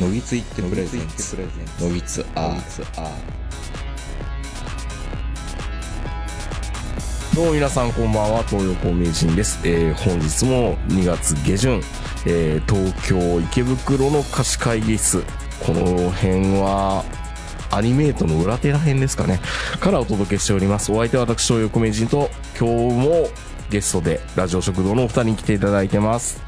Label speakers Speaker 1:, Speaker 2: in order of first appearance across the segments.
Speaker 1: のぎついってプレゼンツのぎつアー
Speaker 2: どうも皆さんこんばんは、東横名人です。えー本日も2月下旬、えー東京池袋の貸し会議室。この辺は、アニメートの裏手ら辺ですかね。からお届けしております。お相手は私、東横名人と、今日もゲストで、ラジオ食堂のお二人に来ていただいてます。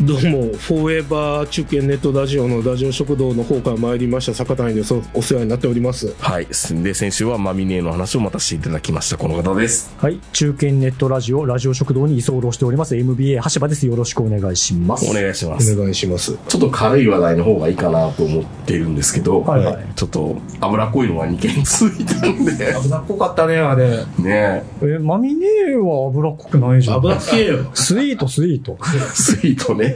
Speaker 3: どうも、フォーエバー中堅ネットラジオのラジオ食堂の方から参りました、坂谷です。お世話になっております。
Speaker 2: はい。で、先週はマミネーの話をまたしていただきました。この方です。
Speaker 4: はい。中堅ネットラジオ、ラジオ食堂に居候しております。MBA 橋場です。よろしくお願いします。
Speaker 2: お願いしま
Speaker 3: お
Speaker 2: す。
Speaker 3: 願いします。
Speaker 2: ちょっと軽い話題の方がいいかなと思っているんですけど、
Speaker 4: はいはい。
Speaker 2: ちょっと脂っこいのが2件続いたんで。
Speaker 3: 油っこかったね、あれ。
Speaker 2: ね
Speaker 4: え、マミネーは脂っこくないじゃん。
Speaker 3: 油っけえよ。
Speaker 4: スイート、スイート。
Speaker 2: え、スイートね。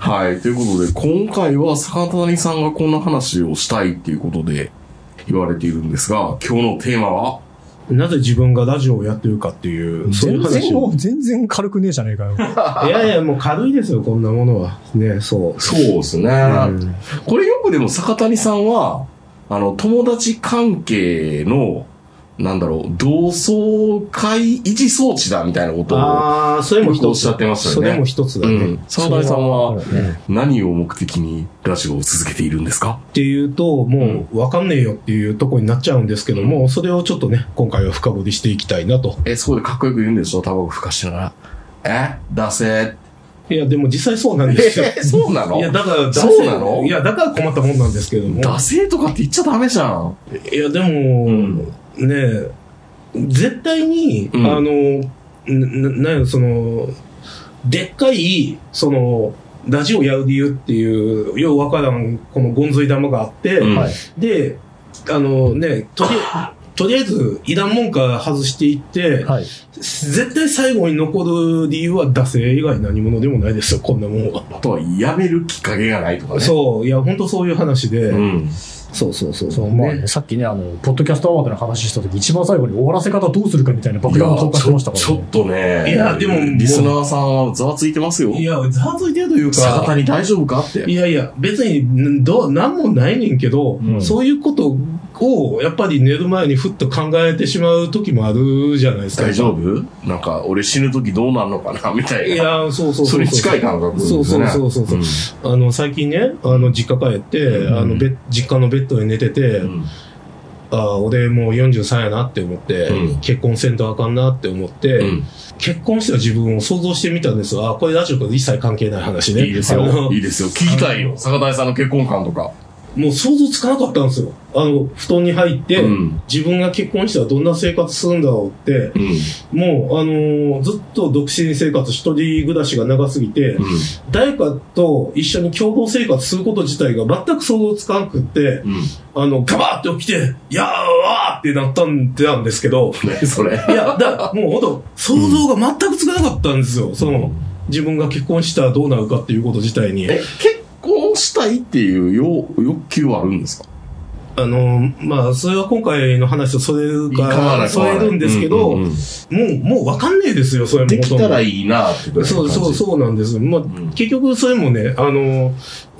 Speaker 2: はい。ということで、今回は坂谷さんがこんな話をしたいっていうことで言われているんですが、今日のテーマは、
Speaker 3: なぜ自分がラジオをやってるかっていう、そういう
Speaker 4: 全
Speaker 3: 話を
Speaker 4: 然、全然軽くねえじゃねえかよ。
Speaker 3: いやいや、もう軽いですよ、こんなものは。ね、そう。
Speaker 2: そうですね。
Speaker 3: うん
Speaker 2: これよくでも坂谷さんは、あの、友達関係の、なんだろう、同窓会維持装置だみたいなことを、
Speaker 3: ああ、それも一つ。
Speaker 2: おっしゃってましたよね
Speaker 3: それも一つだ
Speaker 2: う
Speaker 3: ね。
Speaker 2: ん。坂谷さんは
Speaker 3: うん
Speaker 2: 何を目的にラジオを続けているんですか
Speaker 3: っていうと、もう、わかんねえよっていうとこになっちゃうんですけども、それをちょっとね、今回は深掘りしていきたいなと
Speaker 2: え、そこでかっこよく言うんでしょタバコ吹かしながら。え出せ。
Speaker 3: いや、でも実際そうなんですよ。
Speaker 2: え、 そうなの
Speaker 3: いや、だから、
Speaker 2: そうなの
Speaker 3: いや、だから困ったもんなんですけども。
Speaker 2: 出せとかって言っちゃダメじゃん。
Speaker 3: いや、でも、
Speaker 2: ん
Speaker 3: ねえ、絶対に、
Speaker 2: うん
Speaker 3: あの、な、ななんやその、でっかい、その、ラジオやる理由っていう、ようわからん、このゴンズイ玉があって、
Speaker 2: うん
Speaker 4: はい。
Speaker 3: で、あのね、とり、とりあえず、いらんもんから外していって、
Speaker 4: はい。
Speaker 3: 絶対最後に残る理由は出せ以外何者でもないですよ、こんなもんは。
Speaker 2: あとはやめるきっかけがないとかね。
Speaker 3: そう、いや、本当そういう話で、
Speaker 2: うん。
Speaker 3: そうそうそう
Speaker 4: そ、
Speaker 3: そうう、
Speaker 4: まあ
Speaker 3: ね
Speaker 4: ね、さっきね、あの、ポッドキャストアワードの話した時、一番最後に終わらせ方どうするかみたいな爆弾を投下してましたから
Speaker 2: ちょちょ
Speaker 4: ね
Speaker 2: っ。とね。
Speaker 3: いやでも
Speaker 2: リスナーさんはざわついてますよ。
Speaker 3: いや、ざわついてるという
Speaker 2: 坂
Speaker 3: か、
Speaker 2: 谷大丈夫かって。
Speaker 3: いやいや、別にんどう、なんもないねんけど、
Speaker 4: うん
Speaker 3: そういうことを、やっぱり寝る前にふっと考えてしまう時もあるじゃないですか。
Speaker 2: 大丈夫なんか、俺死ぬ時どうなるのかなみ たい
Speaker 3: い
Speaker 2: な。
Speaker 3: や、そうそうそうう。
Speaker 2: それに近い感覚です
Speaker 3: そ
Speaker 2: ね。
Speaker 3: うそうそうそう。
Speaker 2: ん
Speaker 3: あの、最近ね、あの、実家帰って、
Speaker 2: うん
Speaker 3: あの、ベッ実家のベッドで寝てて、
Speaker 2: うん
Speaker 3: ああ、俺もう43やなって思って、
Speaker 2: うん
Speaker 3: 結婚せんとあかんなって思って、
Speaker 2: うん
Speaker 3: 結婚した自分を想像してみたんですが、あこれラジオと一切関係ない話ね。
Speaker 2: いいです
Speaker 3: あ
Speaker 2: よ。
Speaker 3: の
Speaker 2: いいですよ。聞きたいよ。坂谷さんの結婚観とか。
Speaker 3: もう想像つかなかったんですよ。あの、布団に入って、
Speaker 2: うん。
Speaker 3: 自分が結婚したらどんな生活するんだろうって、
Speaker 2: うん。
Speaker 3: もう、あのーずっと独身生活、一人暮らしが長すぎて、
Speaker 2: うん
Speaker 3: 誰かと一緒に共同生活すること自体が全く想像つかなくって、
Speaker 2: うん。
Speaker 3: あの、ガバーって起きて、やーわーってなったんでなんですけど、
Speaker 2: ね、それ。
Speaker 3: いや、だ、もうほんと、想像が全くつかなかったんですよ。その、自分が結婚したらどうなるかっていうこと自体に。
Speaker 2: え、結婚したいっていう欲欲求はあるんですか
Speaker 3: あの、まあ、それは今回の話とそれが、それるんですけ
Speaker 2: う
Speaker 3: ど、
Speaker 2: んうんうん
Speaker 3: もう、もうわかんねえですよ、それも。
Speaker 2: できたらいいなってぐらい
Speaker 3: そうそう、
Speaker 2: う。
Speaker 3: そうなんです。まあ、
Speaker 2: ん
Speaker 3: 結局それもね、あの、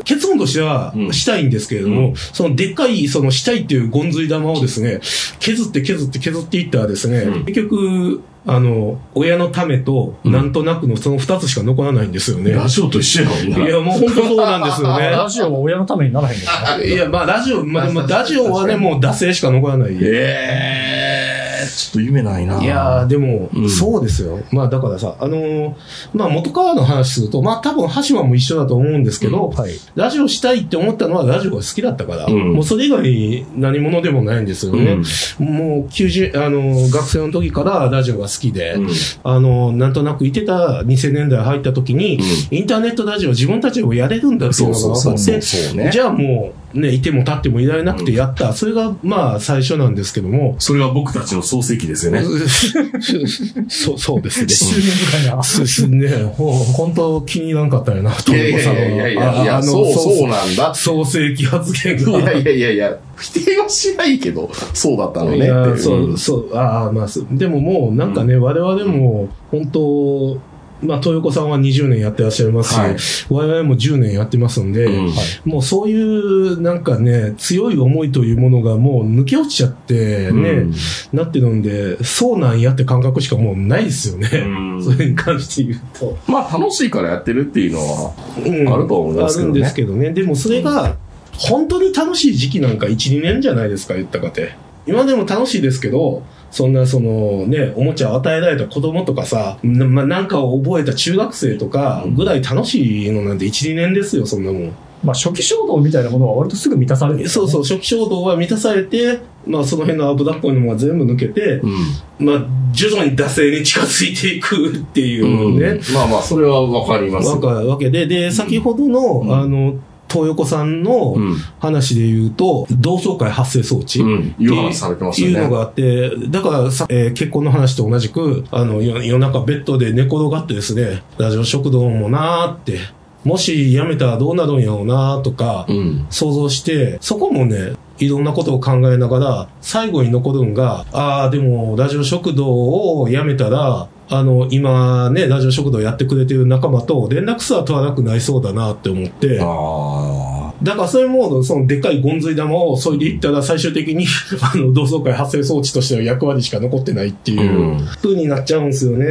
Speaker 3: 結論としては
Speaker 2: う、ん
Speaker 3: したいんですけれども、
Speaker 2: うん
Speaker 3: そのでっかい、そのしたいっていうゴンズイ玉をですね、削って削って削っていったらですね、
Speaker 2: うん
Speaker 3: 結局、あの、親のためと、
Speaker 2: うん
Speaker 3: なんとなくのその二つしか残らないんですよね。
Speaker 2: ラジオと一緒やもん
Speaker 3: い
Speaker 2: な。
Speaker 3: や、もう本当そうなんですよね。
Speaker 4: ラジオは親のためにならへ んからね。
Speaker 3: いや、まあ、ラジオ、まあ、でもラジオはね、もう惰性しか残らない。い
Speaker 2: ええー、ちょっと夢ないな。
Speaker 3: やー、でも、
Speaker 2: うん
Speaker 3: そうですよ。まあ、だからさ、あのーまあ、元川の話すると、まあ、多分、橋場も一緒だと思うんですけど、
Speaker 4: はい。
Speaker 3: ラジオしたいって思ったのはラジオが好きだったから、
Speaker 2: うん
Speaker 3: もうそれ以外に何者でもないんですよ
Speaker 2: うん、
Speaker 3: ね。もう90、あの、学生の時からラジオが好きで、
Speaker 2: うん。
Speaker 3: あの、なんとなくいてた2000年代入った時に、インターネットラジオ自分たちでもやれるんだっていう
Speaker 2: そう
Speaker 3: の
Speaker 2: そ
Speaker 3: が
Speaker 2: う
Speaker 3: 分
Speaker 2: そ
Speaker 3: か
Speaker 2: う。
Speaker 3: って、
Speaker 2: そうね。
Speaker 3: じゃあもう、ね、いても立ってもいられなくてやった。それが、まあ、最初なんですけども。
Speaker 2: それが僕たちの創世記ですよね。
Speaker 3: そう、そうですね。
Speaker 4: 執念深いな。
Speaker 3: そうですね。ほう本当気に入らんかったよな、と
Speaker 2: いやいやいやいやいや、そうそうなんだ。
Speaker 3: 創世記発言
Speaker 2: い
Speaker 3: が。
Speaker 2: やいやいやいや、否定はしないけど、そうだったのね
Speaker 3: い
Speaker 2: って
Speaker 3: や
Speaker 2: い
Speaker 3: そうう、。そう、ああ、まあ、そうでももう、なんかね、我々も、本当、まあ、豊子さんは20年やってらっしゃいますし、
Speaker 2: はい
Speaker 3: 我々も10年やってますんで、
Speaker 2: うん
Speaker 3: もうそういうなんかね、強い思いというものがもう抜け落ちちゃってね、
Speaker 2: うん
Speaker 3: なってるんで、そうなんやって感覚しかもうないですよね。
Speaker 2: うん
Speaker 3: それに関して言うと。
Speaker 2: まあ楽しいからやってるっていうのは、
Speaker 3: うん
Speaker 2: あるとは思いますけどね
Speaker 3: あるんですけどね。でもそれが、本当に楽しい時期なんか1、2年じゃないですか、言ったかて。今でも楽しいですけど、そんなそのね、おもちゃを与えられた子供とかさ、な,、まあ、なんかを覚えた中学生とかぐらい楽しいのなんて1、2年ですよ、そんなもん。
Speaker 4: まあ、初期衝動みたいなものは割とすぐ満たされる、
Speaker 3: そうそう、初期衝動は満たされて、まあその辺の脂っこいのが全部抜けて、まあ徐々に惰性に近づいていくっていうね。
Speaker 2: うんまあまあ、それはわかります。
Speaker 3: わかわけで、で、先ほどの、
Speaker 2: ん
Speaker 3: あの、東横さんの
Speaker 2: うん。
Speaker 3: 話で言うと、同窓会発生装置。
Speaker 2: うん。
Speaker 3: っ
Speaker 2: いう
Speaker 3: て
Speaker 2: 話されてました
Speaker 3: い
Speaker 2: ね。
Speaker 3: うのがあって、だからさ、えー結婚の話と同じく、あの、夜夜中ベッドで寝転がってですね、ラジオ食堂もなーって、もし辞めたらどうなるんやろうなーとか、
Speaker 2: うん。
Speaker 3: 想像して、そこもね、いろんなことを考えながら、最後に残るんが、ああ、でも、ラジオ食堂をやめたら、あの、今ね、ラジオ食堂やってくれてる仲間と連絡すら取らなくなりそうだなって思って、
Speaker 2: ああ。
Speaker 3: だからそれも、そのでっかいゴンズイ玉を削いでいったら、最終的に、 あの、同窓会発生装置としての役割しか残ってないっていう、
Speaker 2: ん。
Speaker 3: 風になっちゃうんですよね。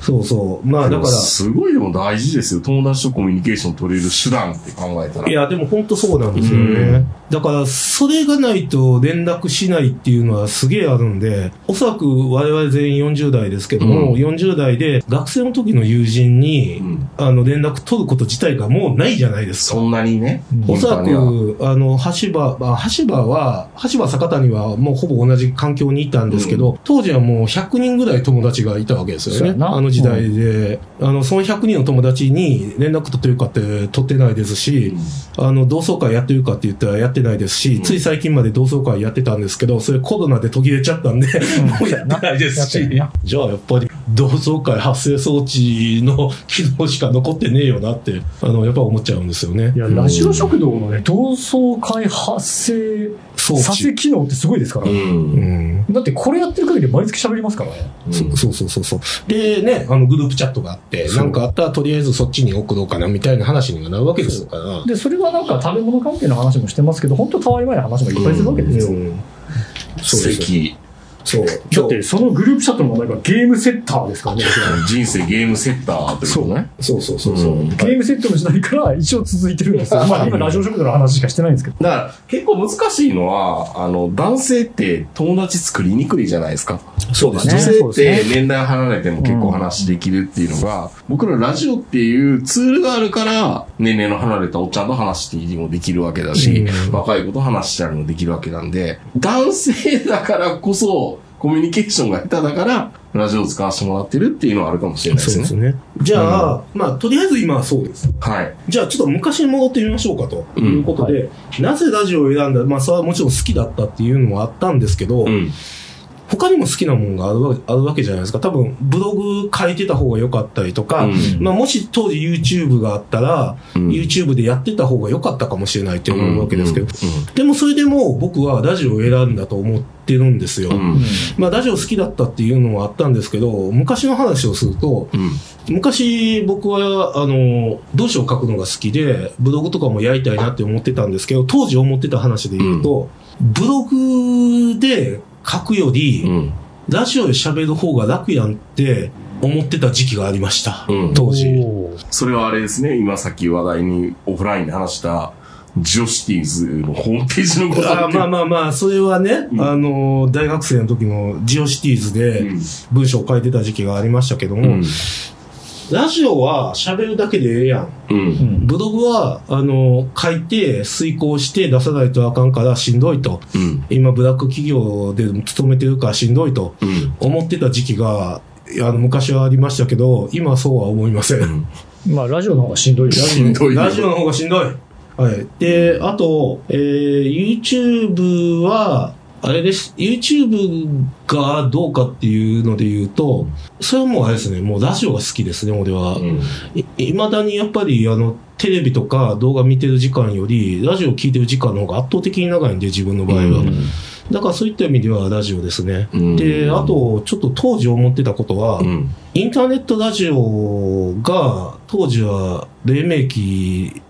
Speaker 3: そうそう。まあ、だ
Speaker 2: で
Speaker 3: か
Speaker 2: も
Speaker 3: ら、
Speaker 2: すごいでも大事ですよ。友達とコミュニケーション取れる手段って考えたら。
Speaker 3: いや、でも本当そうなんですよ
Speaker 2: う
Speaker 3: ね
Speaker 2: ん。
Speaker 3: だから、それがないと連絡しないっていうのはすげえあるんで、おそらく我々全員40代ですけども、
Speaker 2: うん
Speaker 3: 40代で学生の時の友人に、
Speaker 2: うん
Speaker 3: あの、連絡取ること自体がもうないじゃないですか。
Speaker 2: そんなにね。
Speaker 4: うん
Speaker 3: おそら
Speaker 2: 頻繁には
Speaker 3: く、あの、橋場、まあ、橋場は、橋場坂谷はもうほぼ同じ環境にいたんですけど、当時はもう100人ぐらい友達がいたわけです
Speaker 4: そう
Speaker 3: よ
Speaker 4: や
Speaker 3: ね。
Speaker 4: な
Speaker 3: あの時代で、あの、その100人の友達に連絡取ってるかって取ってないですし、あの、同窓会やってるかって言ったらやってないですし、
Speaker 2: うん
Speaker 3: つい最近まで同窓会やってたんですけど、それコロナで途切れちゃったんで、 もうやってないです
Speaker 4: や
Speaker 3: し
Speaker 4: ってないな。
Speaker 3: じゃあやっぱり同窓会発生装置の機能しか残ってねえよなって、あの、やっぱ思っちゃうんですよね
Speaker 4: い。や、ラジオ食堂のね、同窓会発生
Speaker 3: 装
Speaker 4: させ
Speaker 3: 置。
Speaker 4: 機能ってすごいですから
Speaker 2: う。。
Speaker 3: うんん。
Speaker 4: だってこれやってる限り毎月喋りますからね。
Speaker 3: そそうそうそうそう。でね、あのグループチャットがあって、
Speaker 2: そう
Speaker 3: なんかあったらとりあえずそっちに送ろうかなみたいな話にはなるわけですから。
Speaker 4: で、それはなんか食べ物関係の話もしてますけど、本当たわいまいな話もいっぱいするわけですよ。
Speaker 3: うんそうですよ。
Speaker 2: 席。
Speaker 3: そう。
Speaker 4: だってそのグループチャットの問題がゲームセッターですからね。
Speaker 2: 人生ゲームセッターってことね。
Speaker 3: そうそうそうそう。
Speaker 2: うん
Speaker 4: ゲームセットもしないから一応続いてるんですよ。まあ今ラジオ食堂の話しかしてないんですけど。
Speaker 2: だから結構難しいのは、あの、男性って友達作りにくいじゃないですか。
Speaker 3: そうですね。
Speaker 2: 女性
Speaker 4: そう
Speaker 2: って
Speaker 4: で
Speaker 2: 年代離れても結構話できるっていうのが、僕らラジオっていうツールがあるから、年齢の離れたおっちゃんと話してもできるわけだし、
Speaker 3: うん
Speaker 2: 若い子と話したりもできるわけなんで、男性だからこそ、コミュニケーションが下手だから、ラジオを使わせてもらってるっていうのはあるかもしれないで
Speaker 3: そう
Speaker 2: す
Speaker 3: で
Speaker 2: ね。
Speaker 3: すね。じゃあ、まあ、とりあえず今はそうです。
Speaker 2: はい。
Speaker 3: じゃあ、ちょっと昔に戻ってみましょうかと
Speaker 2: うん
Speaker 3: いうことで、なぜラジオを選んだ、まあ、それはもちろん好きだったっていうのもあったんですけど、
Speaker 2: うん。
Speaker 3: 他にも好きなものがあるわあるわけじゃないですか。多分、ブログ書いてた方が良かったりとか、
Speaker 2: うん
Speaker 3: まあ、もし当時 YouTube があったら、
Speaker 2: うん
Speaker 3: YouTube でやってた方が良かったかもしれないって思うわけですけど、
Speaker 2: う
Speaker 3: でもそれでも僕はラジオを選んだと思ってるんですよ。
Speaker 2: ん。うん。うん。
Speaker 3: まあ、ラジオ好きだったっていうのもあったんですけど、昔の話をすると、
Speaker 2: うん
Speaker 3: 昔僕は、あの、文章を書くのが好きで、ブログとかもやりたいなって思ってたんですけど、当時思ってた話で言うと、ブログで書くより、
Speaker 2: うん。
Speaker 3: ラジオで喋る方が楽やんって思ってた時期がありました。
Speaker 2: うん
Speaker 3: 当時。
Speaker 4: おー
Speaker 2: それはあれですね、今さっき話題にオフラインで話した、ジョシティーズのホームページのこと
Speaker 3: あーまあまあまあ、それはね、
Speaker 2: うん
Speaker 3: あの、大学生の時のジオシティーズで文章を書いてた時期がありましたけど
Speaker 2: う
Speaker 3: も、
Speaker 2: ん。
Speaker 3: ラジオは喋るだけでええやん。
Speaker 2: うん
Speaker 4: う。ん
Speaker 3: ブログは、あの、書いて、遂行して出さないとあかんからしんどいと。
Speaker 2: うん。
Speaker 3: 今、ブラック企業で勤めてるからしんどいと
Speaker 2: うん。
Speaker 3: 思ってた時期が、いやあの昔はありましたけど、今はそうは思いません。
Speaker 4: まあラジオの方がしんどいよ。
Speaker 2: しんどい。
Speaker 3: ラジオの方がしんどい。はい。で、あと、えー、YouTube は、あれです。YouTube がどうかっていうので言うと、それはもうあれですね、もうラジオが好きですね、俺は。
Speaker 2: うん。
Speaker 3: い、未だにやっぱり、あの、テレビとか動画見てる時間より、ラジオ聞いてる時間の方が圧倒的に長いんで、自分の場合は。
Speaker 2: うん
Speaker 3: だからそういった意味ではラジオですね。
Speaker 2: うん
Speaker 3: で、あ、と、ちょっと当時思ってたことは、
Speaker 2: うん。
Speaker 3: インターネットラジオが、当時は黎明期、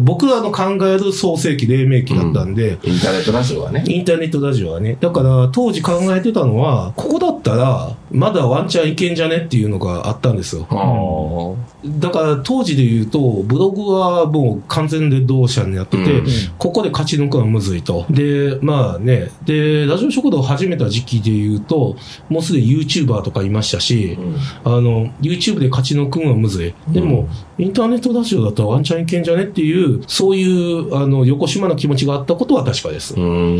Speaker 3: 僕らの考える創世期黎明期だったんで、
Speaker 2: インターネットラジオはね。
Speaker 3: インターネットラジオはね。だから、当時考えてたのは、ここだったら、まだワンチャンいけんじゃねっていうのがあったんですよ。
Speaker 2: は
Speaker 3: だから、当時で言うと、ブログはもう完全レッドオーシャンになってて、
Speaker 2: うん
Speaker 3: ここで勝ち抜くのはむずいと。で、まあね、で、ラジオ食堂を始めた時期で言うと、もうすでに YouTuber とかいました
Speaker 2: あ。
Speaker 3: し、あの、YouTube で勝ち抜くのはむずい。でも、インターネットラジオだったらワンチャンいけんじゃねっていう、そういう、あの、横島な気持ちがあったことは確かです。
Speaker 2: うん。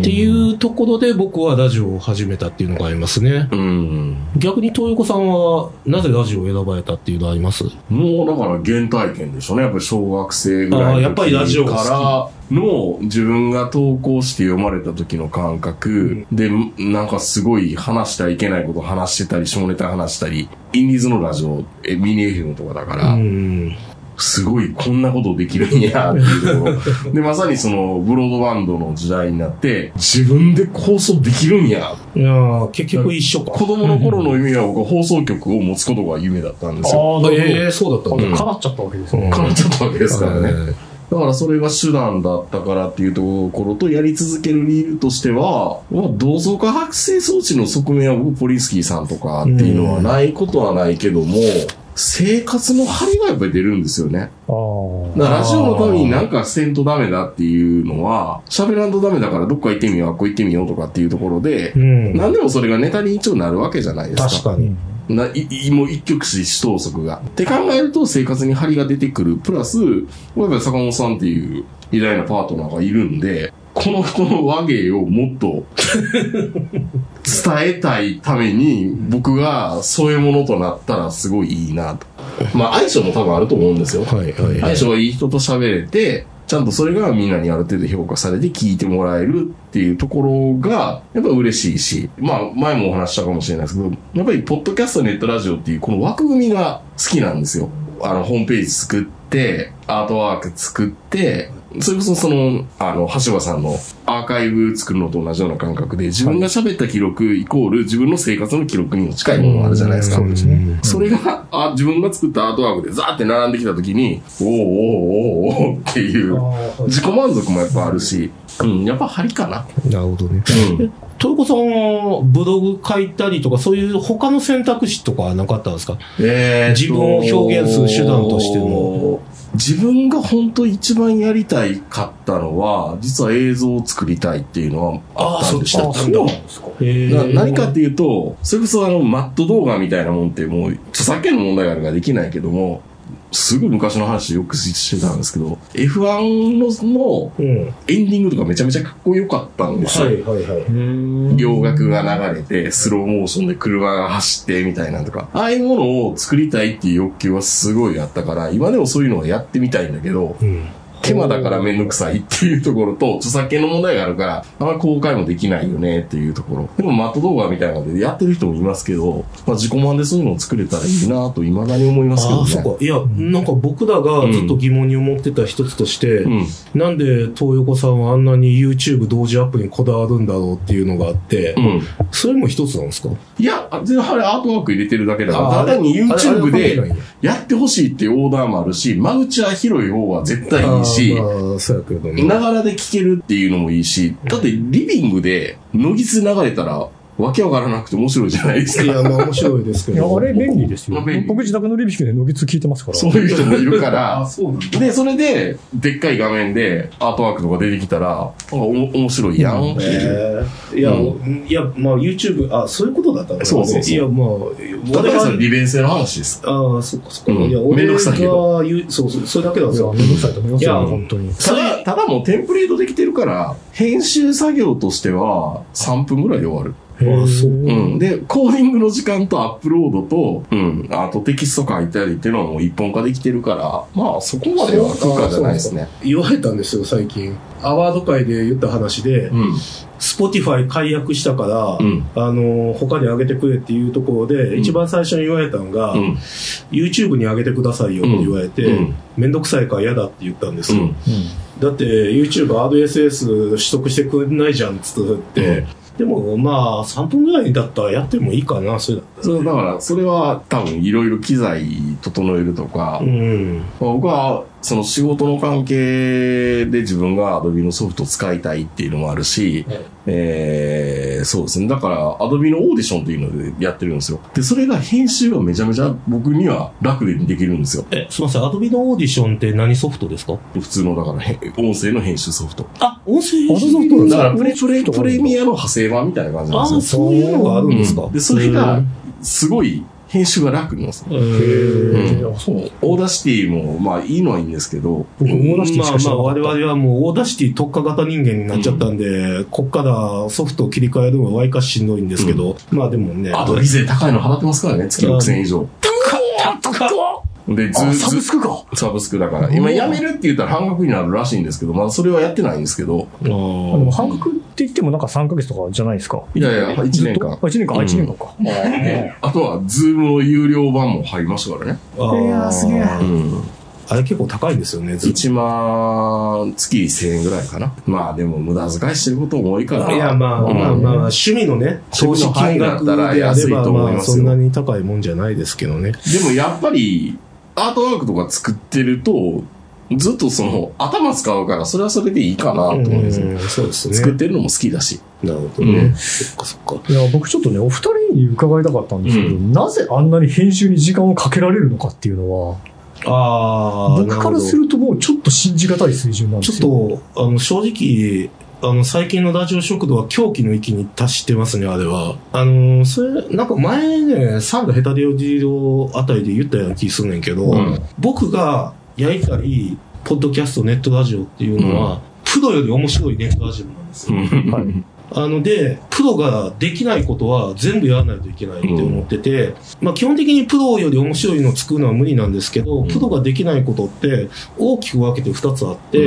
Speaker 3: っていうところで僕はラジオを始めたっていうのがありますね。
Speaker 2: うん。
Speaker 3: 逆に東横さんはなぜラジオを選ばれたっていうのはあります
Speaker 2: もうだから原体験でしょうね。やっぱり小学生ぐらいの時
Speaker 3: あーやっぱりラジオが
Speaker 2: からの自分が投稿して読まれた時の感覚、で、なんかすごい話してはいけないこと話してたり、下ネタ話したり、インディーズのラジオ、えミニ FM とかだから、
Speaker 3: うん。
Speaker 2: すごい、こんなことできるんや、っていうとこ ろ。で、まさにその、ブロードバンドの時代になって、自分で構想できるんや。
Speaker 3: いやー結局一緒か。
Speaker 2: 子供の頃の夢は僕は放送局を持つことが夢だったんですよ。
Speaker 4: ああ、な
Speaker 3: え
Speaker 4: る
Speaker 3: えー、そうだ
Speaker 4: ほ
Speaker 3: った
Speaker 4: ど。
Speaker 2: うん
Speaker 4: あ叶っちゃったわけですね。
Speaker 2: かっちゃったわけですからね。
Speaker 3: ね。
Speaker 2: だからそれが手段だったからっていうところと、やり続ける理由としては、まあ、同窓化発生装置の側面は僕、ポリスキーさんとかっていうのはないことはないけども、生活の張りがやっぱり出るんですよね。
Speaker 4: あー
Speaker 2: だからラジオのためになんかせんとダメだっていうのは、喋らんとダメだからどっか行ってみよう、あっこ行ってみようとかっていうところで
Speaker 3: う、ん。
Speaker 2: 何でもそれがネタに一応なるわけじゃないですか。
Speaker 3: 確か
Speaker 4: う
Speaker 3: に。
Speaker 4: ん
Speaker 2: ないいもう一極視一等足が。って考えると生活に張りが出てくる。プラス、やっぱり坂本さんっていう偉大なパートナーがいるんで、この人の和芸をもっと伝えたいために僕が添え物となったらすごいいいなと。まあ相性も多分あると思うんですよ。
Speaker 3: はいはいはい。
Speaker 2: 相性がいい人と喋れて、ちゃんとそれがみんなにある程度評価されて聞いてもらえるっていうところが、やっぱ嬉しいし、まあ前もお話ししたかもしれないですけど、やっぱりポッドキャスト、ネットラジオっていうこの枠組みが好きなんですよ。あの、ホームページ作って、アートワーク作って、それこそその、あの、橋場さんのアーカイブ作るのと同じような感覚で、自分が喋った記録イコール自分の生活の記録にも近いものがあるじゃないですか。
Speaker 4: そうですね。
Speaker 2: それが、あ、自分が作ったアートワークでザーって並んできたときに、おーおーおーおーっていう、自己満足もやっぱあるし、うん、やっぱ張りかな。
Speaker 3: なるほどね。
Speaker 2: うん。
Speaker 3: 豊子さんはブログ書いたりとか、そういう他の選択肢とかはなかったんですか
Speaker 2: え
Speaker 3: 自分を表現する手段としての。
Speaker 2: 自分が本当一番やりたいかったのは、実は映像を作りたいっていうのはあったんです
Speaker 3: あ
Speaker 4: あ
Speaker 3: ー
Speaker 4: ーそうなんですか。
Speaker 2: な
Speaker 3: え
Speaker 2: 何かっていうと、それこそあの、マット動画みたいなもんってもう、著作権の問題があるからできないけども、すぐ昔の話よくしてたんですけど、F1 のの
Speaker 3: うん。は
Speaker 2: エンディングとかめちゃめちゃかっこよかったんですよ。
Speaker 3: いはいはい。
Speaker 2: 洋楽が流れて、スローモーションで車が走ってみたいなとか、ああいうものを作りたいっていう欲求はすごいあったから、今でもそういうのをやってみたいんだけど、
Speaker 3: うん。
Speaker 2: 手間だからめんどくさいっていうところと、著作権の問題があるから、あんまり公開もできないよねっていうところ。でもマット動画みたいなのでやってる人もいますけど、まあ自己満でそういうのを作れたらいいなと未だに思いますけ
Speaker 3: あ
Speaker 2: ど
Speaker 3: あ、
Speaker 2: ね。
Speaker 3: そっか。いや、なんか僕らがずっと疑問に思ってた一つとして、
Speaker 2: うん。
Speaker 3: なんで東横さんはあんなに YouTube 同時アップにこだわるんだろうっていうのがあって、
Speaker 2: うん。
Speaker 3: それも一つなんですか
Speaker 2: いや、あ全然あれアートワーク入れてるだけだから、
Speaker 3: あ
Speaker 2: た
Speaker 3: ー
Speaker 2: だ単に
Speaker 3: あ
Speaker 2: YouTube
Speaker 3: れあれ
Speaker 2: で
Speaker 3: は関係ないんや
Speaker 2: やってほしいっていうオーダーもあるし、間口は広い方は絶対いいし、
Speaker 3: あーまあ、そうやけどね。
Speaker 2: ながらで聴けるっていうのもいいし、だってリビングで、ノギス流れたら、わけわからなくて面白いじゃない です
Speaker 3: い
Speaker 2: か。
Speaker 3: や、まあ面白いですけ
Speaker 4: いや、
Speaker 3: ど。
Speaker 4: あれ便利ですよ
Speaker 2: まあ便利。
Speaker 4: 僕自宅のリビングでノギツ聞いてますから。
Speaker 2: そういう人もいるから、
Speaker 4: そうなん
Speaker 2: で、それで、でっかい画面で、アートワークとか出てきたら、あ、おも、面白いやんっていう。
Speaker 3: えーいや、
Speaker 2: う
Speaker 3: いや、まあ YouTube、あ、そういうことだったんだね
Speaker 2: そうそうそう
Speaker 3: いや、まあ、
Speaker 2: ただ
Speaker 3: 俺
Speaker 2: から
Speaker 3: が
Speaker 2: その利便性の話です。
Speaker 3: ああ、そっかそっか。
Speaker 2: うん
Speaker 3: いや、
Speaker 2: めん
Speaker 3: 俺
Speaker 2: ど
Speaker 3: が
Speaker 2: くさいけど
Speaker 3: 言う、そうそう、それだけなんですよ
Speaker 4: め。んどくさいと思います
Speaker 3: い
Speaker 4: よ、
Speaker 3: や
Speaker 4: 本当に。
Speaker 2: ただ、ただもうテンプレートできてるから、編集作業としては、3分ぐらいで終わる。
Speaker 3: あそう
Speaker 4: へ
Speaker 2: う
Speaker 4: ー
Speaker 2: ん。で、コーディングの時間とアップロードと、うん、あとテキスト書いたりっていうのはもう一本化できてるから、まあそこまでは空間じゃないですね。
Speaker 3: 言われたんですよ、最近。アワード会で言った話で
Speaker 2: う、ん。
Speaker 3: Spotify 解約したから、
Speaker 2: うん。
Speaker 3: あの、他に上げてくれっていうところで、
Speaker 2: ん
Speaker 3: 一番最初に言われたのが、
Speaker 2: うん。
Speaker 3: YouTube に上げてくださいよって言われて、
Speaker 2: うん
Speaker 3: めんどくさいから嫌だって言ったんですよ。
Speaker 2: うん。
Speaker 3: だって YouTube、RSS 取得してくれないじゃんっつって、でもまあ3分ぐらいだったらやってもいいかな、それだった。
Speaker 2: それだから、それは多分いろいろ機材整えるとから
Speaker 3: う、ん。
Speaker 2: 僕はその仕事の関係で自分が Adobe のソフトを使いたいっていうのもあるし、
Speaker 3: はい
Speaker 2: えーそうですね。だから Adobe のオーディションというのでやってるんですよ。で、それが編集がめちゃめちゃ僕には楽でできるんですよ。
Speaker 3: え、すみません、アドビのオーディションって何ソフトですか
Speaker 2: 普通のだからへ音声の編集ソフト。
Speaker 3: あ、音声
Speaker 4: 編集ソフト
Speaker 2: だからプレ
Speaker 4: そ
Speaker 2: プ
Speaker 4: ういう
Speaker 2: レ
Speaker 4: ソフト
Speaker 2: プレミアの派生版みたいな感じなんです
Speaker 3: あ、
Speaker 2: よ。
Speaker 3: そういうのがあるんですか、
Speaker 2: うんで、それが、すごい編集が楽なんですよ。
Speaker 3: へ
Speaker 4: へ
Speaker 3: ー
Speaker 4: ーあそう
Speaker 2: そう。オーダーシティも、まあいいのはいいんですけど、
Speaker 4: 僕、オーダーシティ
Speaker 3: ま
Speaker 4: し
Speaker 3: あ
Speaker 4: か知
Speaker 3: ま
Speaker 4: ら
Speaker 3: あ、
Speaker 4: なかった。
Speaker 3: 我々はもうオーダーシティ特化型人間になっちゃったんで、こっからソフトを切り替えるのはわりかししんどいんですけど、まあでもね。
Speaker 2: アドビ税高いの払ってますからね、月6000円以上。で、ず
Speaker 4: あ、
Speaker 2: ず
Speaker 4: サブスクか。
Speaker 2: サブスクだから。今やめるって言ったら半額になるらしいんですけど、まだそれはやってないんですけど。
Speaker 3: あー
Speaker 4: でも半額って言ってもなんか3ヶ月とかじゃないですか。
Speaker 2: いやいや、1年間。
Speaker 4: あ1年間、あ
Speaker 2: うん
Speaker 4: 1年間か。
Speaker 2: であとは、ズームの有料版も入りましたからね。
Speaker 3: あー
Speaker 4: いやーすげ
Speaker 2: う
Speaker 4: え
Speaker 2: ん。
Speaker 3: あれ結構高いんですよね、ずっと
Speaker 2: 1万、月1000円ぐらいかな。まあでも、無駄遣いしてることも多いから。
Speaker 3: いや、まあ、
Speaker 2: うん
Speaker 3: まあまあまあ、趣味のね、投資金額で
Speaker 2: 趣味の範囲だ
Speaker 3: あ
Speaker 2: ったら安
Speaker 3: れ
Speaker 2: い
Speaker 3: ば、
Speaker 2: と思い
Speaker 3: まあ、
Speaker 2: ます
Speaker 3: そ
Speaker 2: よ
Speaker 3: んなに高いもんじゃないですけどね。
Speaker 2: でもやっぱり、アートワークとか作ってると、ずっとその、頭使うから、それはそれでいいかなと思うんですよ。
Speaker 3: うんそうですね。
Speaker 2: 作ってるのも好きだし。
Speaker 3: なるほどね。
Speaker 2: うん
Speaker 3: そっかそっか。
Speaker 4: いや、僕ちょっとね、お二人に伺いたかったんですけど、
Speaker 2: う
Speaker 4: なぜあんなに編集に時間をかけられるのかっていうのは、
Speaker 3: ああ、
Speaker 4: 僕からするともうちょっと信じがたい水準なんで
Speaker 3: ち
Speaker 4: すよ。
Speaker 3: ょっと、あの、正直、あの、最近のラジオ食堂は狂気の域に達してますね、あれは。あの、それ、なんか前ね、サンダヘタデオジロあたりで言ったような気すんねんけど、
Speaker 2: うん
Speaker 3: 僕がやりたい、ポッドキャスト、ネットラジオっていうのは、プロより面白いネットラジオなんですよ。
Speaker 4: は
Speaker 3: あので、プロができないことは全部やらないといけないって思ってて、まあ基本的にプロより面白いのを作るのは無理なんですけど、
Speaker 2: うん
Speaker 3: プロができないことって大きく分けて2つあって、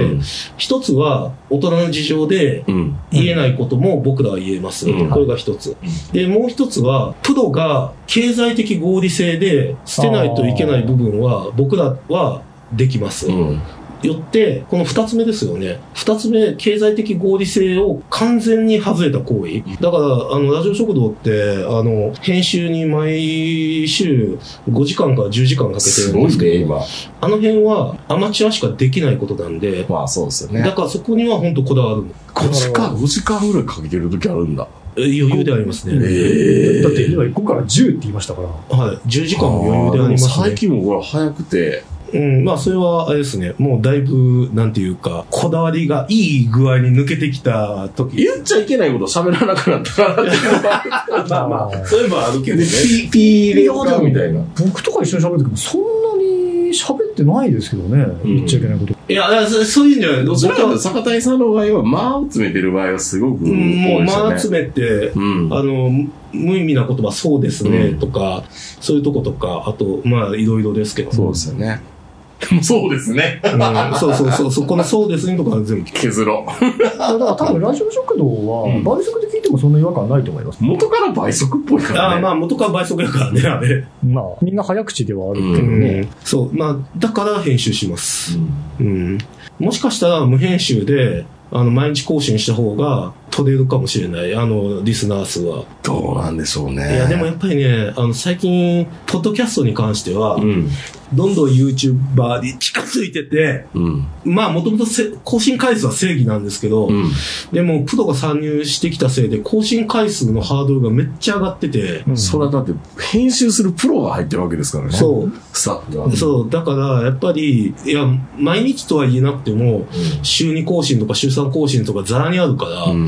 Speaker 3: 一1つは大人の事情で
Speaker 2: うん。
Speaker 3: 言えないことも僕らは言えます。
Speaker 2: うん
Speaker 3: これが1つ。で、もう1つは、プロが経済的合理性で捨てないといけない部分は僕らはできます。
Speaker 2: うん。
Speaker 3: よって、この二つ目ですよね。二つ目、経済的合理性を完全に外れた行為。だから、あの、ラジオ食堂って、あの、編集に毎週5時間から10時間かけて
Speaker 2: す
Speaker 3: るん
Speaker 2: ご
Speaker 3: で
Speaker 2: い
Speaker 3: す
Speaker 2: ね、
Speaker 3: けど、
Speaker 2: 今。
Speaker 3: あの辺はアマチュアしかできないことなんで、
Speaker 2: まあそうですよ
Speaker 3: だ
Speaker 2: ね。
Speaker 3: からそこには本当こだわるの。
Speaker 2: 5時間、5時間ぐらいかけてる時あるんだ。
Speaker 3: え余裕でありますね。
Speaker 2: え
Speaker 4: だって、今5から10って言いましたから。
Speaker 3: はい。10時間も余裕であります
Speaker 2: 最
Speaker 3: ね。
Speaker 2: 近もこれ早くて、
Speaker 3: うん。まあ、それは、あれですね。もうだいぶ、なんていうか、こだわりがいい具合に抜けてきた時。
Speaker 2: 言っちゃいけないこと喋らなくなったから
Speaker 3: まあま あ、そういえばあるけどね。
Speaker 2: ピーピー入れようかみたいな。
Speaker 4: 僕とか一緒に喋るときもそんなに喋ってないですけどね。
Speaker 2: ん
Speaker 4: 言っちゃいけないこと。
Speaker 3: いや、だからそそういうんじゃない。
Speaker 2: どちらかというと、
Speaker 3: 僕は
Speaker 2: 坂谷さんの場合は、間を詰めてる場合はすごく多いで
Speaker 3: う
Speaker 2: すよ
Speaker 3: ん
Speaker 2: ね。
Speaker 3: もう間集めて、
Speaker 2: うん。
Speaker 3: あの、む無意味な言葉、そうですね
Speaker 2: う、ん
Speaker 3: とか、そういうとことか、あと、まあ、いろいろですけど。
Speaker 2: そうですよね。そうですね。
Speaker 3: うんそうそうそう、そうこのそうですねとかは全部。
Speaker 2: 削ろう。
Speaker 4: だから多分ラジオ食堂は
Speaker 2: うん
Speaker 4: 倍速で聞いてもそんな違和感ないと思います。
Speaker 2: 元から倍速っぽいからね。
Speaker 3: ああ、まあ、元から倍速やからね、あれ。
Speaker 4: まあ、みんな早口ではあるけど
Speaker 2: うん
Speaker 4: ね。
Speaker 3: そう、まあ、だから編集します。
Speaker 2: う
Speaker 3: うん。もしかしたら、無編集で、あの、毎日更新した方が、取れるかもしれない。あの、リスナー数は。
Speaker 2: んどうなんでしょうね。
Speaker 3: いや、でもやっぱりね、あの、最近、ポッドキャストに関しては、
Speaker 2: うん。
Speaker 3: どんどん YouTuber に近づいてて、
Speaker 2: うん。
Speaker 3: まあもともと更新回数は正義なんですけど、
Speaker 2: うん。
Speaker 3: でもプロが参入してきたせいで更新回数のハードルがめっちゃ上がってて、
Speaker 4: うん
Speaker 2: それはだって、編集するプロが入ってるわけですからね。う。
Speaker 3: そ
Speaker 2: スタッフが。
Speaker 3: う、そう、だからやっぱり、いや、毎日とは言えなくても、週2更新とか週3更新とかザラにあるから、
Speaker 2: うん。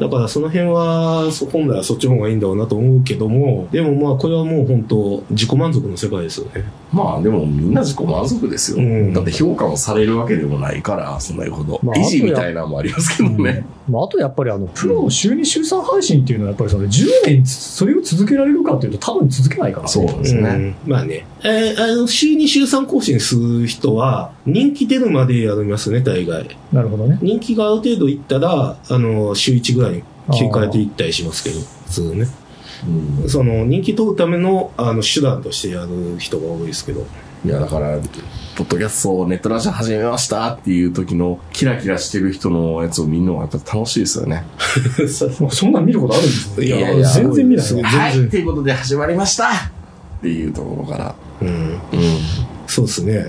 Speaker 3: だからその辺は、そ本来はそっちの方がいいんだろうなと思うけども、でもまあこれはもう本当自己満足の世界ですよね。
Speaker 2: まあでもみんな自己満足ですよ。
Speaker 3: うん
Speaker 2: だって評価もされるわけでもないから、そんなにほど。
Speaker 4: まあ
Speaker 2: 維持みたいなのもありますけどね。
Speaker 4: まあ、あとやっぱりあの、プロの週2、週3配信っていうのはやっぱりその10年それを続けられるかっていうと多分続けないからね。
Speaker 2: そうなんですね。
Speaker 3: うんまあね。えーあの、週2、週3更新する人は、人気出るまでやりますね、大概。
Speaker 4: なるほどね。
Speaker 3: 人気がある程度いったら、あの、週1ぐらいに切り替えていったりしますけど、普通
Speaker 2: う
Speaker 3: ね。
Speaker 2: ん
Speaker 3: その、人気取るための、あの、手段としてやる人が多いですけど。
Speaker 2: いや、だから、ポッドキャストをネットラジオ始めましたっていう時のキラキラしてる人のやつを見るのがやっぱ楽しいですよね。
Speaker 4: まあそんなん見ることあるんですね
Speaker 3: いや
Speaker 4: 全然見ない。
Speaker 3: すごい
Speaker 2: はい
Speaker 3: 全
Speaker 2: ということで始まりましたっていうところから。
Speaker 3: うん。
Speaker 2: う
Speaker 3: そうですね。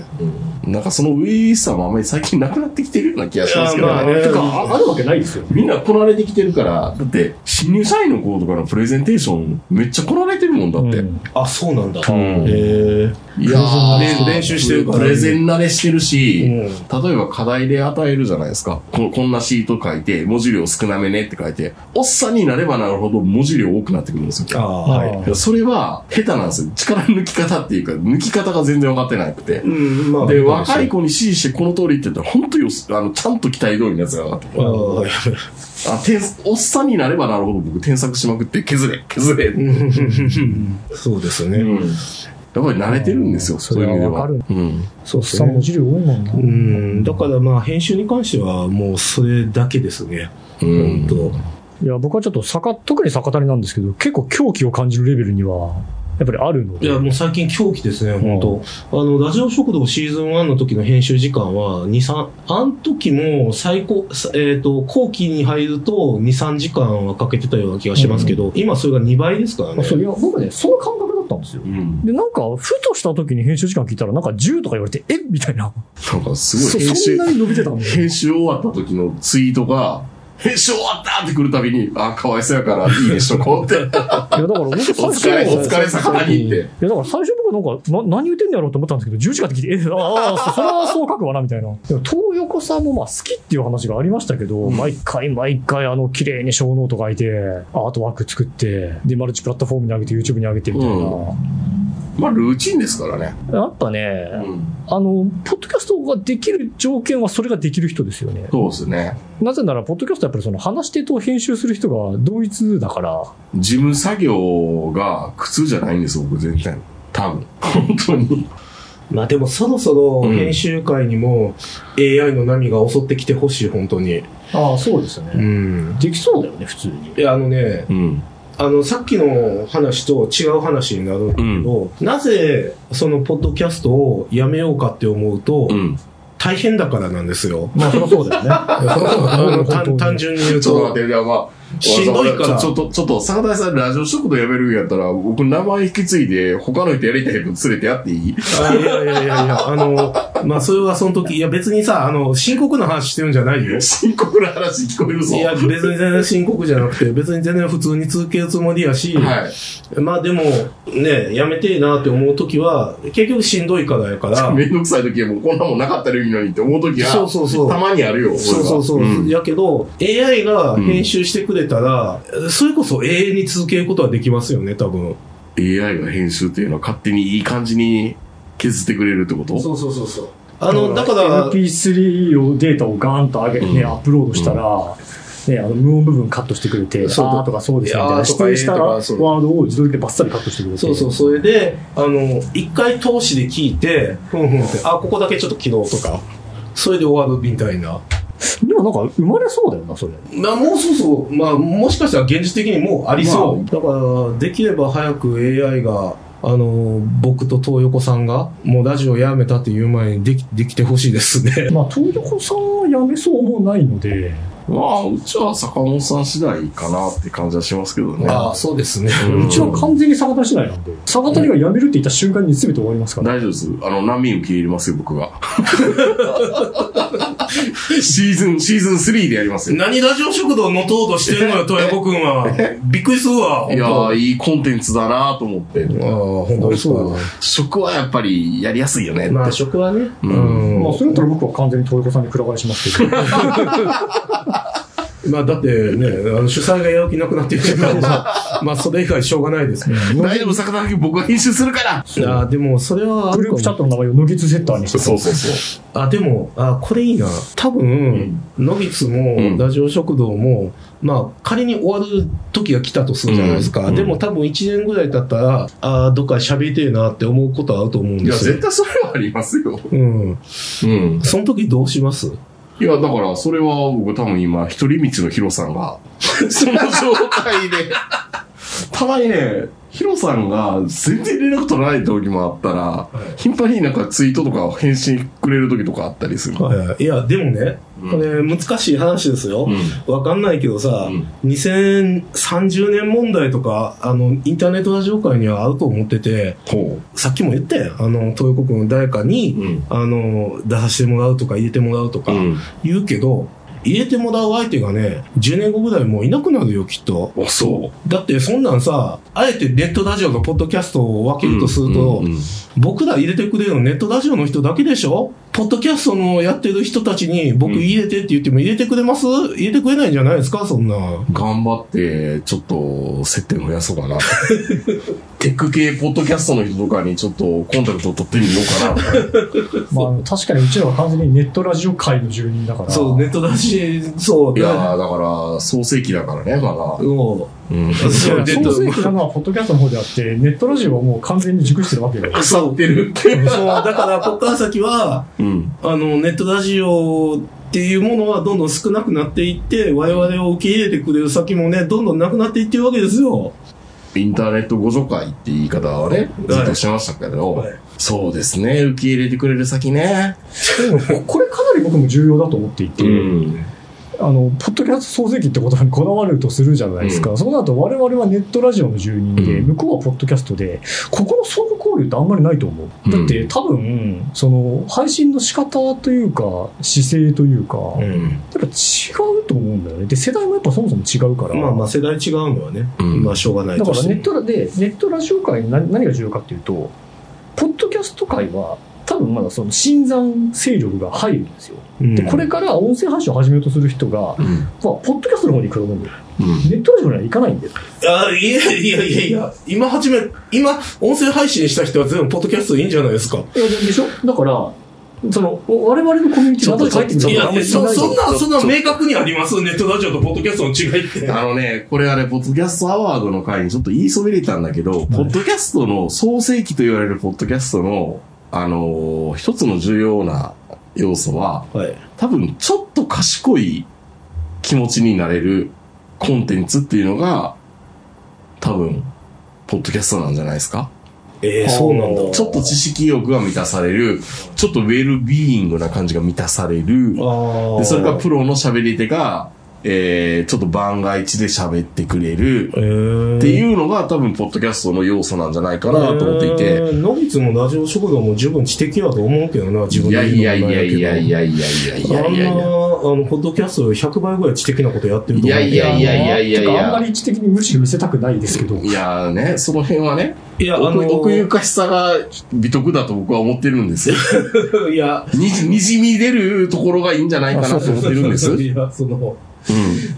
Speaker 2: ん。なんかその初々しさもあんまり最近なくなってきてるような気がしますけど、
Speaker 3: いやまあね
Speaker 4: てか、ああるわけないですよ。
Speaker 2: みんなこなれてきてるから、だって、新入社員の子とかのプレゼンテーション、めっちゃこなれてるもんだって。
Speaker 4: うん
Speaker 3: あ、そうなんだ。
Speaker 2: うん
Speaker 3: え
Speaker 2: いやー
Speaker 3: 練習してるから
Speaker 2: プレゼン慣れしてるし、
Speaker 3: うん
Speaker 2: 例えば課題で与えるじゃないですか。ここんなシート書いて、文字量少なめねって書いて、おっさんになればなるほど文字量多くなってくるんです
Speaker 3: あ
Speaker 2: よ。
Speaker 3: あ、
Speaker 4: は
Speaker 3: はい。
Speaker 4: い。
Speaker 2: それは下手なんですよ。力抜き方っていうか、抜き方が全然分かってなくて。
Speaker 3: うん、ま
Speaker 2: で、若い子に指示してこの通りって言ったら、本当よ、あの、ちゃんと期待通りのやつが分かってくる
Speaker 3: ああ、はい。
Speaker 2: あ、添おっさんになればなるほど僕添削しまくって、削れ、削れ。
Speaker 3: そうです
Speaker 2: う
Speaker 3: ね。
Speaker 2: んやっぱり慣れてるんですよ、そういう意味では。
Speaker 4: それは
Speaker 2: うん。
Speaker 3: そうです
Speaker 4: さん
Speaker 3: ね
Speaker 4: 文。字量多いもんな
Speaker 3: う。ん、だからまあ、編集に関しては、もうそれだけですね。
Speaker 2: うん。
Speaker 3: 本
Speaker 4: いや、僕はちょっと坂、特に逆たりなんですけど、結構狂気を感じるレベルには、やっぱりあるの
Speaker 3: 当。
Speaker 4: で。
Speaker 3: いや、もう最近狂気ですね、本当。あの、ラジオ食堂シーズン1の時の編集時間は、2、3、あの時も最高、さえっ、と、後期に入ると2、3時間はかけてたような気がしますけど、今それが2倍ですからね。
Speaker 4: あそういや、僕ね、その感覚だったんですよ
Speaker 2: う。ん。
Speaker 4: で、なんか、ふとした時に編集時間聞いたら、なんか10とか言われて、えみたいな。
Speaker 2: なんかす
Speaker 4: そ
Speaker 2: ごい編
Speaker 4: そん
Speaker 2: 集
Speaker 4: な、に伸びてたんだよ
Speaker 2: 編集終わった時のツイートが、編集終わったって来るたびに、あ、かわいそうやから、いいでしょ、こうって。
Speaker 4: いや、だから僕最初、
Speaker 2: お疲れ、お疲れ、坂にって。
Speaker 4: いや、だから最初僕なんか、な、何言ってんだろうと思ったんですけど、10時間って聞いて、え、ああ、そそれはそう書くわな、みたいな。でも、東横さんもまあ好きっていう話がありましたけど、毎回毎回あの、綺麗に小ノート書いて、アートワーク作って、で、マルチプラットフォームに上げて、YouTube に上げてみたいな。
Speaker 2: まあ、ルーチンですからね。
Speaker 4: やっぱね、
Speaker 2: うん。
Speaker 4: あの、ポッドキャストができる条件はそれができる人ですよね。
Speaker 2: そうですね。
Speaker 4: なぜなら、ポッドキャストはやっぱりその話し手と編集する人が同一だから、
Speaker 2: 事務作業が苦痛じゃないんですよ、僕、全然。多分。本当に。
Speaker 3: まあでもそろそろ
Speaker 2: うん
Speaker 3: 編集会にも AI の波が襲ってきてほしい、本当に。
Speaker 4: ああ、そうですよ
Speaker 3: う。ん。
Speaker 4: できそうだよね、普通に。
Speaker 3: いや、あのね、
Speaker 2: うん。
Speaker 3: あの、さっきの話と違う話になるんだけど、なぜそのポッドキャストをやめようかって思うと、
Speaker 2: うん。
Speaker 3: 大変だからなんですよ。
Speaker 4: まあ、そりゃそうだよ ね。
Speaker 3: あの
Speaker 4: 本当
Speaker 3: 単
Speaker 4: に
Speaker 3: 単純に言う
Speaker 2: ちょっと待っ
Speaker 3: と。
Speaker 2: て、じゃあまあ、
Speaker 3: しんどいから
Speaker 2: ちょちょっと、ちょっと、坂谷さん、ラジオ食堂やめるんやったら、僕、名前引き継いで、他の人やりたい分連れてやっていい
Speaker 3: あいやいやいやいや、あの、まあ、それはその時、いや別にさ、あの、深刻な話してるんじゃないよ。
Speaker 2: 深刻な話聞こえるぞ。
Speaker 3: いや、別に全然深刻じゃなくて、別に全然普通に続けるつもりやし、
Speaker 2: はい。
Speaker 3: まあでも、ね、やめてえなって思うときは、結局しんどいからやから、
Speaker 2: めんどくさい時はもうこんなもんなかったらいいのにって思う時は、
Speaker 3: そうそうそう
Speaker 2: たまにあるよ。
Speaker 3: そうそうそう。
Speaker 2: 俺はん
Speaker 3: やけど、AI が編集してくれたら、それこそ永遠に続けることはできますよね、多分。
Speaker 2: AI が編集っていうのは勝手にいい感じに削ってくれるってこと
Speaker 3: うそうそうそう。あの、だから、
Speaker 4: MP3 をデータをガーンと上げてね、
Speaker 2: うん
Speaker 4: アップロードしたら、ね、あの無音部分カットしてくれて、
Speaker 3: そう
Speaker 4: あーとかそうですねみたい
Speaker 3: いや
Speaker 4: な、
Speaker 3: ー
Speaker 4: 指
Speaker 3: とか
Speaker 4: 定したら
Speaker 3: えーと
Speaker 4: ワ
Speaker 3: かそ
Speaker 4: ー
Speaker 3: う
Speaker 4: ドを自動でバッサリカットしてくれて。
Speaker 3: そうそう、それで、あの、一回通しで聞いて、ふんふんって、あ、ここだけちょっと昨日とか、それで終わるみたいな。
Speaker 4: でもなんか生まれそうだよな、それ。
Speaker 3: まあ、もうそうそう、まあ、もしかしたら現実的にもうありそう。
Speaker 2: ま
Speaker 3: だから、できれば早く AI が、あの、僕と東横さんが、もうラジオやめたっていう前にでき、できてほしいですね。
Speaker 4: まあ、東横さんはやめそうもないので、
Speaker 2: まあ、うちは坂本さん次第かなって感じはしますけどね。
Speaker 3: ああ、そうですね。
Speaker 2: うん
Speaker 4: うちは完全に逆立ちないなんで、逆立りがやめるって言った瞬間に全て終わりますから。
Speaker 2: 大丈夫です。あの、難民受け入れますよ、僕 が。シーズン、シーズン3でやりますよ。
Speaker 3: 何ラジオ食堂のとうとしてんのよ、東横くん は。びっくりするわ。
Speaker 2: いや
Speaker 3: あ
Speaker 2: ー、いいコンテンツだなと思って。
Speaker 3: あ、本当にそうだね。
Speaker 2: 食はやっぱりやりやすいよねって。
Speaker 3: まあ、食はね。
Speaker 2: う
Speaker 4: まあ、それだったら僕は完全に東横さんにくら替えします けど。
Speaker 3: まあ、だってね、あの主催がやる気なくなってきて たんで、まあ、それ以外しょうがないですね。
Speaker 2: 大丈夫、坂田君、僕が編集するから
Speaker 3: ああ、でも、それはあるかも、
Speaker 4: グループチャットの名前をノギツセッターにして
Speaker 2: そうそうそ
Speaker 3: あ、でも、あ、これいいな。多分、ノビツも、
Speaker 2: うん
Speaker 3: ラジオ食堂も、まあ、仮に終わる時が来たとするじゃないですか。
Speaker 2: うん
Speaker 3: でも、多分1年ぐらい経ったら、あーどっか喋りてえなって思うことはあると思うん
Speaker 2: う。い
Speaker 3: で
Speaker 2: や、
Speaker 3: す
Speaker 2: 絶
Speaker 3: よ。
Speaker 2: 対それはありますよ。
Speaker 3: うん。
Speaker 2: うん。
Speaker 3: その時どうします
Speaker 2: いや、だから、それは僕多分今、一人道のヒロさんが、その状態で、たまにね、ヒロさんが全然連絡取らない時もあったら、頻繁になんかツイートとか返信くれる時とかあったりする。
Speaker 3: はいはいいや、でもね、これ難しい話ですよ。わかんないけどさ、
Speaker 2: うん
Speaker 3: 2030年問題とか、あの、インターネットラジオ界にはあると思ってて、
Speaker 2: ほ
Speaker 3: さっきも言ったやん。あの、東横君の誰か
Speaker 2: う。
Speaker 3: に、
Speaker 2: ん。
Speaker 3: あの、出させてもらうとか入れてもらうとか
Speaker 2: うん。
Speaker 3: 言うけど、入れてもらう相手がね、10年後ぐらいもういなくなるよ、きっと。
Speaker 2: あ、そ
Speaker 3: だってそんなんさ、あえてネットラジオとポッドキャストを分
Speaker 2: う。
Speaker 3: けるとすると、
Speaker 2: うんうん
Speaker 3: 僕ら入れてくれるのネットラジオの人だけでしょポッドキャストのやってる人たちに僕
Speaker 2: うん
Speaker 3: 入れてって言っても入れてくれます入れてくれないんじゃないですかそんな。
Speaker 2: 頑張って、ちょっと、接点増やそう かな。テック系ポッドキャストの人とかにちょっとコンタクト取ってみようかな。
Speaker 4: まあ、確かにうちらは完全にネットラジオ界の住人だから。
Speaker 3: そう、ネットラジオ、そう、
Speaker 2: いやー、だから、創世記だからね、まだ。
Speaker 3: も
Speaker 2: うん。
Speaker 3: う、
Speaker 4: い
Speaker 3: そう、
Speaker 4: や
Speaker 3: ネ
Speaker 4: 創
Speaker 3: ッ
Speaker 4: 世
Speaker 3: ト、
Speaker 4: 記なのはポッドキャストの方であって、ネットラジオはもう完全に熟してるわけよ。
Speaker 2: 腐ってるって。
Speaker 3: そう、だ からこっから先は、
Speaker 2: うん。
Speaker 3: あの、ネットラジオっていうものはどんどん少なくなっていって、我々を受け入れてくれる先もね、どんどんなくなっていってるわけですよ。
Speaker 2: インターネット互助会って言い方はね、ずっとしてましたけど、
Speaker 3: はい
Speaker 2: そうですね、受け入れてくれる先ね。
Speaker 4: でも、ここれかなり僕も重要だと思っていて、
Speaker 2: ん。
Speaker 4: あの、ポッドキャスト創世記って言葉にこだわるとするじゃないですか。そうなると我々はネットラジオの住人で、
Speaker 2: うん
Speaker 4: 向こうはポッドキャストで、ここの相互交流ってあんまりないと思う。
Speaker 2: うん
Speaker 4: だって多分、その、配信の仕方というか、姿勢というか、やっ
Speaker 3: ん。
Speaker 4: ぱ違うと思うんだよね。で、世代もやっぱそもそも違うから。
Speaker 3: まあまあ世代違うのはね、
Speaker 2: うん
Speaker 3: まあしょうがない
Speaker 4: だか
Speaker 3: とし
Speaker 4: ら
Speaker 3: て
Speaker 4: ネ
Speaker 3: も。
Speaker 4: ットラでネットラジオ界に何何が重要かっていうとポッドキャスト界は多分まだその新参勢力が入るんですよで
Speaker 3: うん
Speaker 4: これから音声配信を始めようとする人が、まあ、
Speaker 2: うん。
Speaker 4: ポッドキャストの方に行くと思うんだよ
Speaker 2: うん。
Speaker 4: ネットラジオには行かないんだよ
Speaker 3: あいやいやいやいや、今始め、今、音声配信した人は全部ポッドキャストでいいんじゃないですか。
Speaker 4: いやででしょだからそのお我々のコミュニティまだ帰ってく
Speaker 2: ちょ
Speaker 4: る
Speaker 2: っ
Speaker 3: い
Speaker 2: と
Speaker 3: や、
Speaker 4: い
Speaker 3: そそん
Speaker 4: よ
Speaker 3: な、そんな明確にありますネットラジオとポッドキャストの違いって。
Speaker 2: あのね、これはね、ポッドキャストアワードの回にちょっと言いそびれたんだけど、ポッドキャストの創世記と言われるポッドキャストの、あのー一つの重要な要素は、
Speaker 3: はい。
Speaker 2: 多分ちょっと賢い気持ちになれるコンテンツっていうのが、多分、ポッドキャストなんじゃないですか
Speaker 3: えー、そうなんだ。
Speaker 2: ちょっと知識欲が満たされる、ちょっとウェルビーイングな感じが満たされる、
Speaker 3: ああ。
Speaker 2: で、それからプロの喋り手が、えー、ちょっと番外地で喋ってくれる
Speaker 3: えー、
Speaker 2: っていううのが多分、ポッドキャストの要素なんじゃないかなと思ってい
Speaker 3: え
Speaker 2: て。
Speaker 3: ー。ノビツもラジオ食堂も十分知的やと思うけどな、自分
Speaker 2: いやい
Speaker 3: で言
Speaker 2: や
Speaker 3: う
Speaker 2: い
Speaker 3: のもな
Speaker 2: や
Speaker 3: んけど
Speaker 2: いやいやいやいやいや
Speaker 3: あん
Speaker 2: い
Speaker 3: な、
Speaker 2: や
Speaker 3: あ
Speaker 2: いや。
Speaker 3: の、ポッドキャストより100倍ぐらい知的なことやってると思うけど。
Speaker 2: いやいやいやいやいや
Speaker 4: てかあんまり一的に無視見せたくないですけど
Speaker 2: いやーね、その辺はね、
Speaker 3: いや、あの
Speaker 2: 奥奥ゆかしさが美徳だと僕は思ってるんです よ。
Speaker 3: いや、
Speaker 2: にじ、にじみ出るところがいいんじゃないかなと思ってるんです。うん。
Speaker 3: いや、その、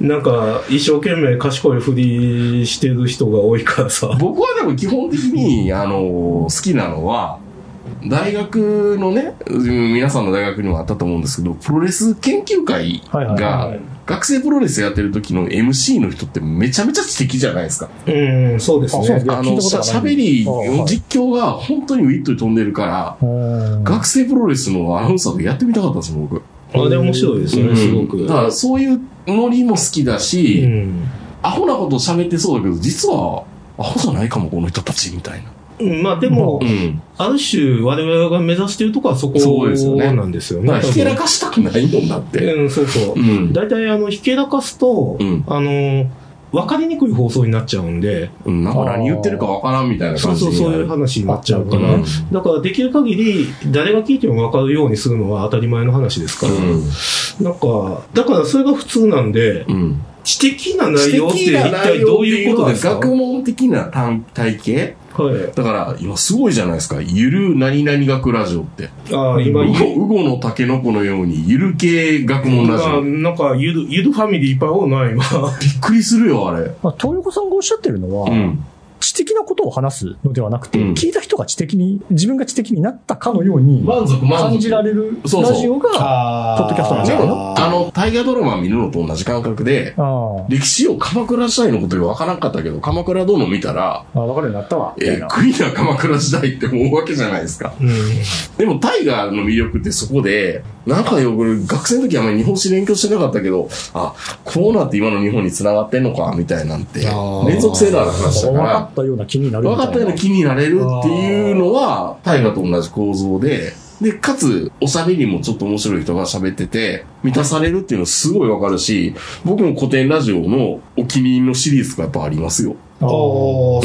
Speaker 3: なんか、一生懸命賢いふりしてる人が多いからさ。
Speaker 2: 僕はでも基本的に、あの好きなのは、大学のね、うん皆さんの大学にもあったと思うんですけど、プロレス研究会
Speaker 4: はいはいは
Speaker 2: が、学生プロレスやってる時の MC の人ってめちゃめちゃ知的じゃないですか。
Speaker 3: うん、そうです
Speaker 4: あそう
Speaker 3: ね
Speaker 4: い。や
Speaker 2: あ
Speaker 4: 聞い
Speaker 2: の、
Speaker 4: たこと
Speaker 2: しゃ
Speaker 4: がない
Speaker 2: しゃべり、
Speaker 4: あはい
Speaker 2: 実況が本当にウィットに飛んでるから、
Speaker 4: うん
Speaker 2: 学生プロレスのアナウンサーでやってみたかったんです、僕。
Speaker 3: あれ面白いですね、すご
Speaker 2: うん
Speaker 3: く。
Speaker 2: だからそういうノリも好きだし、アホなこと喋ってそうだけど、実は、アホじゃないかも、この人たち、みたいな。
Speaker 3: うんまあでも、
Speaker 2: ん。
Speaker 3: ある種我々が目指しているとこはそこ
Speaker 2: そうですよね
Speaker 3: なんですよね。
Speaker 2: だから、ひけらかしたくないもんだって。
Speaker 3: うん、そうそう
Speaker 2: う。ん。
Speaker 3: 大体あの、ひけらかすと、
Speaker 2: うん
Speaker 3: あの、わかりにくい放送になっちゃうんで、
Speaker 2: うん。なんか何言ってるかわからんみたいな
Speaker 3: そ
Speaker 2: 感
Speaker 3: う
Speaker 2: じ
Speaker 3: そう、
Speaker 2: に
Speaker 3: そう
Speaker 2: な
Speaker 3: いう
Speaker 2: る
Speaker 3: 話になっちゃうか
Speaker 2: う
Speaker 3: ら
Speaker 2: ん。
Speaker 3: だからできる限り、誰が聞いてもわかるようにするのは当たり前の話ですから。なんか、だからそれが普通なんで、
Speaker 2: うん。うん。
Speaker 3: 知的な内容って一体どういうことですか
Speaker 2: 学問的な単体系
Speaker 3: はい。
Speaker 2: だから、今すごいじゃないですか。ゆる何々学ラジオって。
Speaker 3: ああ、
Speaker 2: うご
Speaker 3: 今、いい
Speaker 2: ウゴのタケノコのように、ゆる系学問ラジ
Speaker 3: あ
Speaker 2: オ。び
Speaker 3: なんか、ゆる、ゆるファミリーいっぱい多いな、今。
Speaker 2: っくりするよ、あれ。
Speaker 4: まあ、東横さんがおっしゃってるのは、
Speaker 2: うん。
Speaker 4: 知的なことを話すのではなくて、
Speaker 2: うん
Speaker 4: 聞いた人が知的に、自分が知的になったかのように
Speaker 2: 満足、満足。
Speaker 4: 感じられる
Speaker 2: そうそう
Speaker 4: ラジオが、
Speaker 3: あ
Speaker 4: ポッドキャストなん
Speaker 2: で
Speaker 4: だよ
Speaker 2: も、あの、大河ドラマ見るのと同じ感覚で、
Speaker 4: ああ
Speaker 2: 歴史を鎌倉時代のことよくわからんかったけど、鎌倉殿見たら、
Speaker 4: あ、わかるようになったわ、みたい
Speaker 2: えー、
Speaker 4: な。
Speaker 2: クイな鎌倉時代って思うわけじゃないですか。
Speaker 3: うん。
Speaker 2: でも、タイガーの魅力ってそこで、なんかよく、学生の時あんまり日本史勉強してなかったけど、あ、こうなって今の日本に繋がってんのか、みたいなんて
Speaker 3: あ、ー
Speaker 2: 連続性のある話だ
Speaker 4: 分
Speaker 2: か、
Speaker 4: からったような気になる
Speaker 2: 分
Speaker 4: みたいな
Speaker 2: かったような気になれるっていうのは、大河と同じ構造で、で、かつ、おしゃべりもちょっと面白い人が喋ってて、満たされるっていうのすごいわかるし、僕も古典ラジオのお気に入りのシリーズとかやっぱありますよ。
Speaker 4: あー
Speaker 3: そ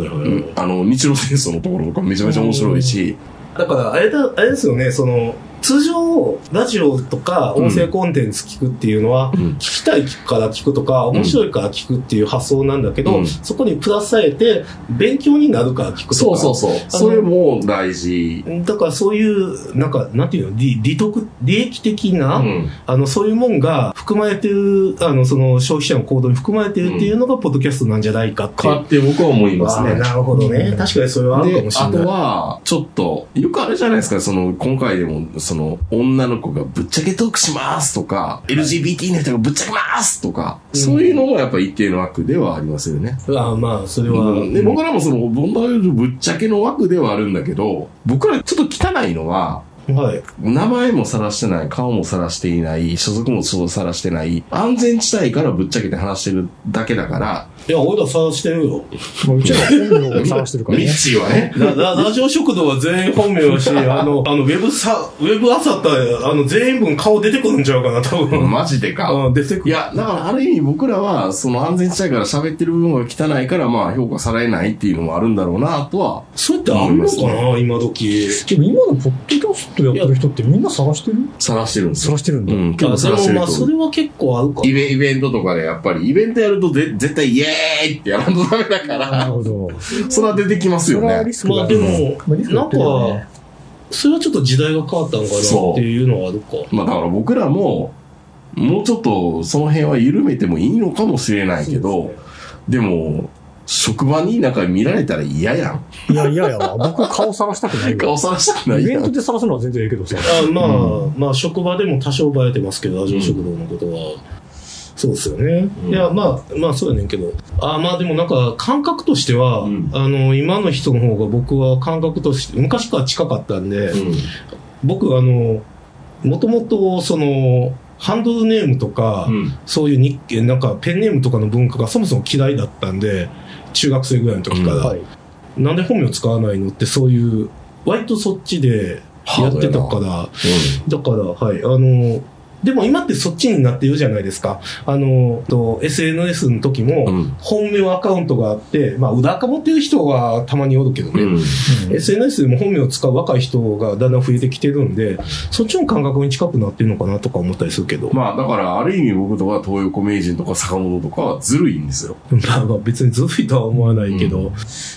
Speaker 2: うん
Speaker 3: はいはいは
Speaker 2: う
Speaker 3: い
Speaker 2: ん、あの、日露戦争のところとかめちゃめちゃ面白いし、
Speaker 3: だから、あれだ、あれですよね、その、通常、ラジオとか音声コンテンツ聞くっていうのは、
Speaker 2: うん
Speaker 3: 聞きたいから聞くとか、面白いから聞くっていう発想なんだけど、
Speaker 2: うん
Speaker 3: そこにプラスされて、勉強になるから聞くとか。
Speaker 2: そうそうそう。それも大事。
Speaker 3: だからそういう、なんか、なんていうの、利利得、利益的な、
Speaker 2: うん。
Speaker 3: あの、そういうもんが含まれてる、あの、その消費者の行動に含まれてるっていうのが、ポッドキャストなんじゃないかっていう。
Speaker 2: かって僕は思います
Speaker 3: あ
Speaker 2: ね
Speaker 3: ー。なるほどね。確かにそれはあるか
Speaker 2: で
Speaker 3: も、しれ
Speaker 2: あ
Speaker 3: ない。
Speaker 2: とは、ちょっと、よくあれじゃないですか、その、今回でも、その、女の子がぶっちゃけトークしますとか、LGBT の人がぶっちゃけますとか、
Speaker 3: うん
Speaker 2: そういうのがやっぱ一定の枠ではありますよね。
Speaker 3: あーまあ、それは。
Speaker 2: うん、で僕らもその、ボンダールぶっちゃけの枠ではあるんだけど、僕らちょっと汚いのは、
Speaker 3: はい。
Speaker 2: 名前も晒してない、顔も晒していない、所属もそう晒してない、安全地帯からぶっちゃけて話してるだけだから、
Speaker 3: いや、俺ら探してるよ。
Speaker 4: まあうちら本名を探してるから
Speaker 2: ミ
Speaker 4: ね
Speaker 2: ッチーはね、
Speaker 3: ラララジオ食堂は全員本名 だし、あの、あの、ウェブさ、ウェブあさったら、あの、全員分顔出てくるんちゃうかな、多分。
Speaker 2: マジでか。
Speaker 3: うん、出てく
Speaker 2: い
Speaker 3: る。
Speaker 2: や、だからある意味僕らは、その安全地帯から喋ってる部分が汚いから、まあ評価されないっていうのもあるんだろうなとは。
Speaker 3: そうやってあるのかな、今時。
Speaker 4: でも今のポッドキャストやってる人ってみんな探してる
Speaker 2: 晒してるんですよ。
Speaker 4: 探してるんだ、
Speaker 2: うん、結
Speaker 3: あ
Speaker 2: 構
Speaker 3: で
Speaker 2: 晒し
Speaker 3: も
Speaker 2: てる
Speaker 3: まあ、
Speaker 2: と
Speaker 3: そ
Speaker 2: 思う。
Speaker 3: れは結構あるか。
Speaker 2: イベイベントとかでやっぱり、イベントやるとぜ絶対イエーイってやらんとダメだか
Speaker 4: なる
Speaker 2: ら、
Speaker 4: ほど
Speaker 2: それは出てきますよ
Speaker 4: それはリ
Speaker 2: ね。
Speaker 4: スク
Speaker 3: ま
Speaker 4: が
Speaker 3: あ
Speaker 4: あ
Speaker 3: で
Speaker 4: るな
Speaker 3: も、
Speaker 4: まあリスク
Speaker 3: な
Speaker 4: があ
Speaker 3: ん
Speaker 4: るよね
Speaker 3: か、それはちょっと時代が変わったのかな
Speaker 2: そう
Speaker 3: っていうのはあるか。
Speaker 2: まあだから僕らも、もうちょっとその辺は緩めてもいいのかもしれないけど、でも、職場になんか見られたら嫌やん。
Speaker 4: いやいやいやわ僕顔探したくないよ
Speaker 2: 顔晒したくない
Speaker 4: イ
Speaker 2: や
Speaker 4: ベン
Speaker 2: ん
Speaker 4: ト。で探すのは全然ええけどさ
Speaker 3: あまあ、まあ、職場でも多少バレてますけど、ラジオ食堂のことは。そうですよね。
Speaker 2: うん
Speaker 3: いや、まあ、まあ、そうやねんけど。あまあ、でもなんか、感覚としては、
Speaker 2: うん
Speaker 3: あの、今の人の方が僕は感覚として、昔から近かったんで、
Speaker 2: うん
Speaker 3: 僕、あの、もともと、その、ハンドルネームとか、
Speaker 2: うん
Speaker 3: そういう日記、なんかペンネームとかの文化がそもそも嫌いだったんで、中学生ぐらいの時から、
Speaker 2: うん
Speaker 4: はい
Speaker 3: なんで本名使わないのってそういう、割とそっちでやってたから、だから、はい、あの、でも今ってそっちになってるじゃないですか。あの、と SNS の時も、
Speaker 2: うん
Speaker 3: 本名アカウントがあって、まあ、裏垢持ってる人はたまにおるけど
Speaker 2: う
Speaker 3: ね。
Speaker 2: ん
Speaker 3: SNS でも本名を使う若い人がだんだん増えてきてるんで、そっちの感覚に近くなってるのかなとか思ったりするけど。ま
Speaker 2: まあだからある意味僕とか東横名人とか坂本とかはずるいんですよ。
Speaker 3: あ まあ別にずるいとは思わないけど、
Speaker 2: う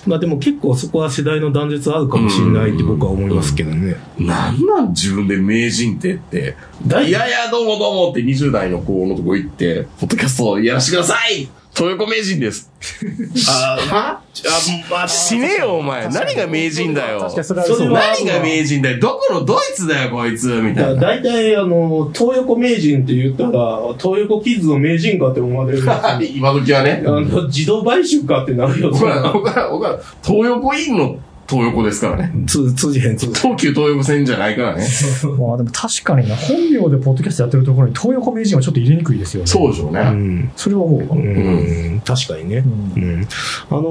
Speaker 3: まあでも結構そこは世代の断絶あるかもしれないって僕は思いますけどね。
Speaker 2: なんなん自分で名人ってって。だいやいやどうもどうもって20代の子のとこ行って、ポッドキャストやらしてください東横名人です。
Speaker 3: あー
Speaker 2: は
Speaker 3: あ、まあ、
Speaker 2: 死ねよお前
Speaker 4: 確か
Speaker 2: 何
Speaker 4: に
Speaker 2: が名人だよ
Speaker 4: 確かにそれはそう
Speaker 3: それは
Speaker 2: 何が名人だよどこのドイツだよこいつみた
Speaker 3: だ
Speaker 2: いな。
Speaker 3: 大体、あの、東横名人って言ったら、東横キッズの名人かって思われるんですよ。
Speaker 2: 今時はね。
Speaker 3: あの、自動買収かってなるよ。
Speaker 2: 僕ら、僕ら、僕ら、東横委員の東横ですからね。
Speaker 3: 通、通じへん、通じ
Speaker 2: 東急東横線じゃないからね。
Speaker 4: まあでも確かにな、本名でポッドキャストやってるところに東横名人はちょっと入れにくいですよね。
Speaker 2: そうでしょうね。
Speaker 3: へん。うん。
Speaker 4: それは思うわ。
Speaker 3: うん、確かにねう
Speaker 4: う。
Speaker 3: んん。あの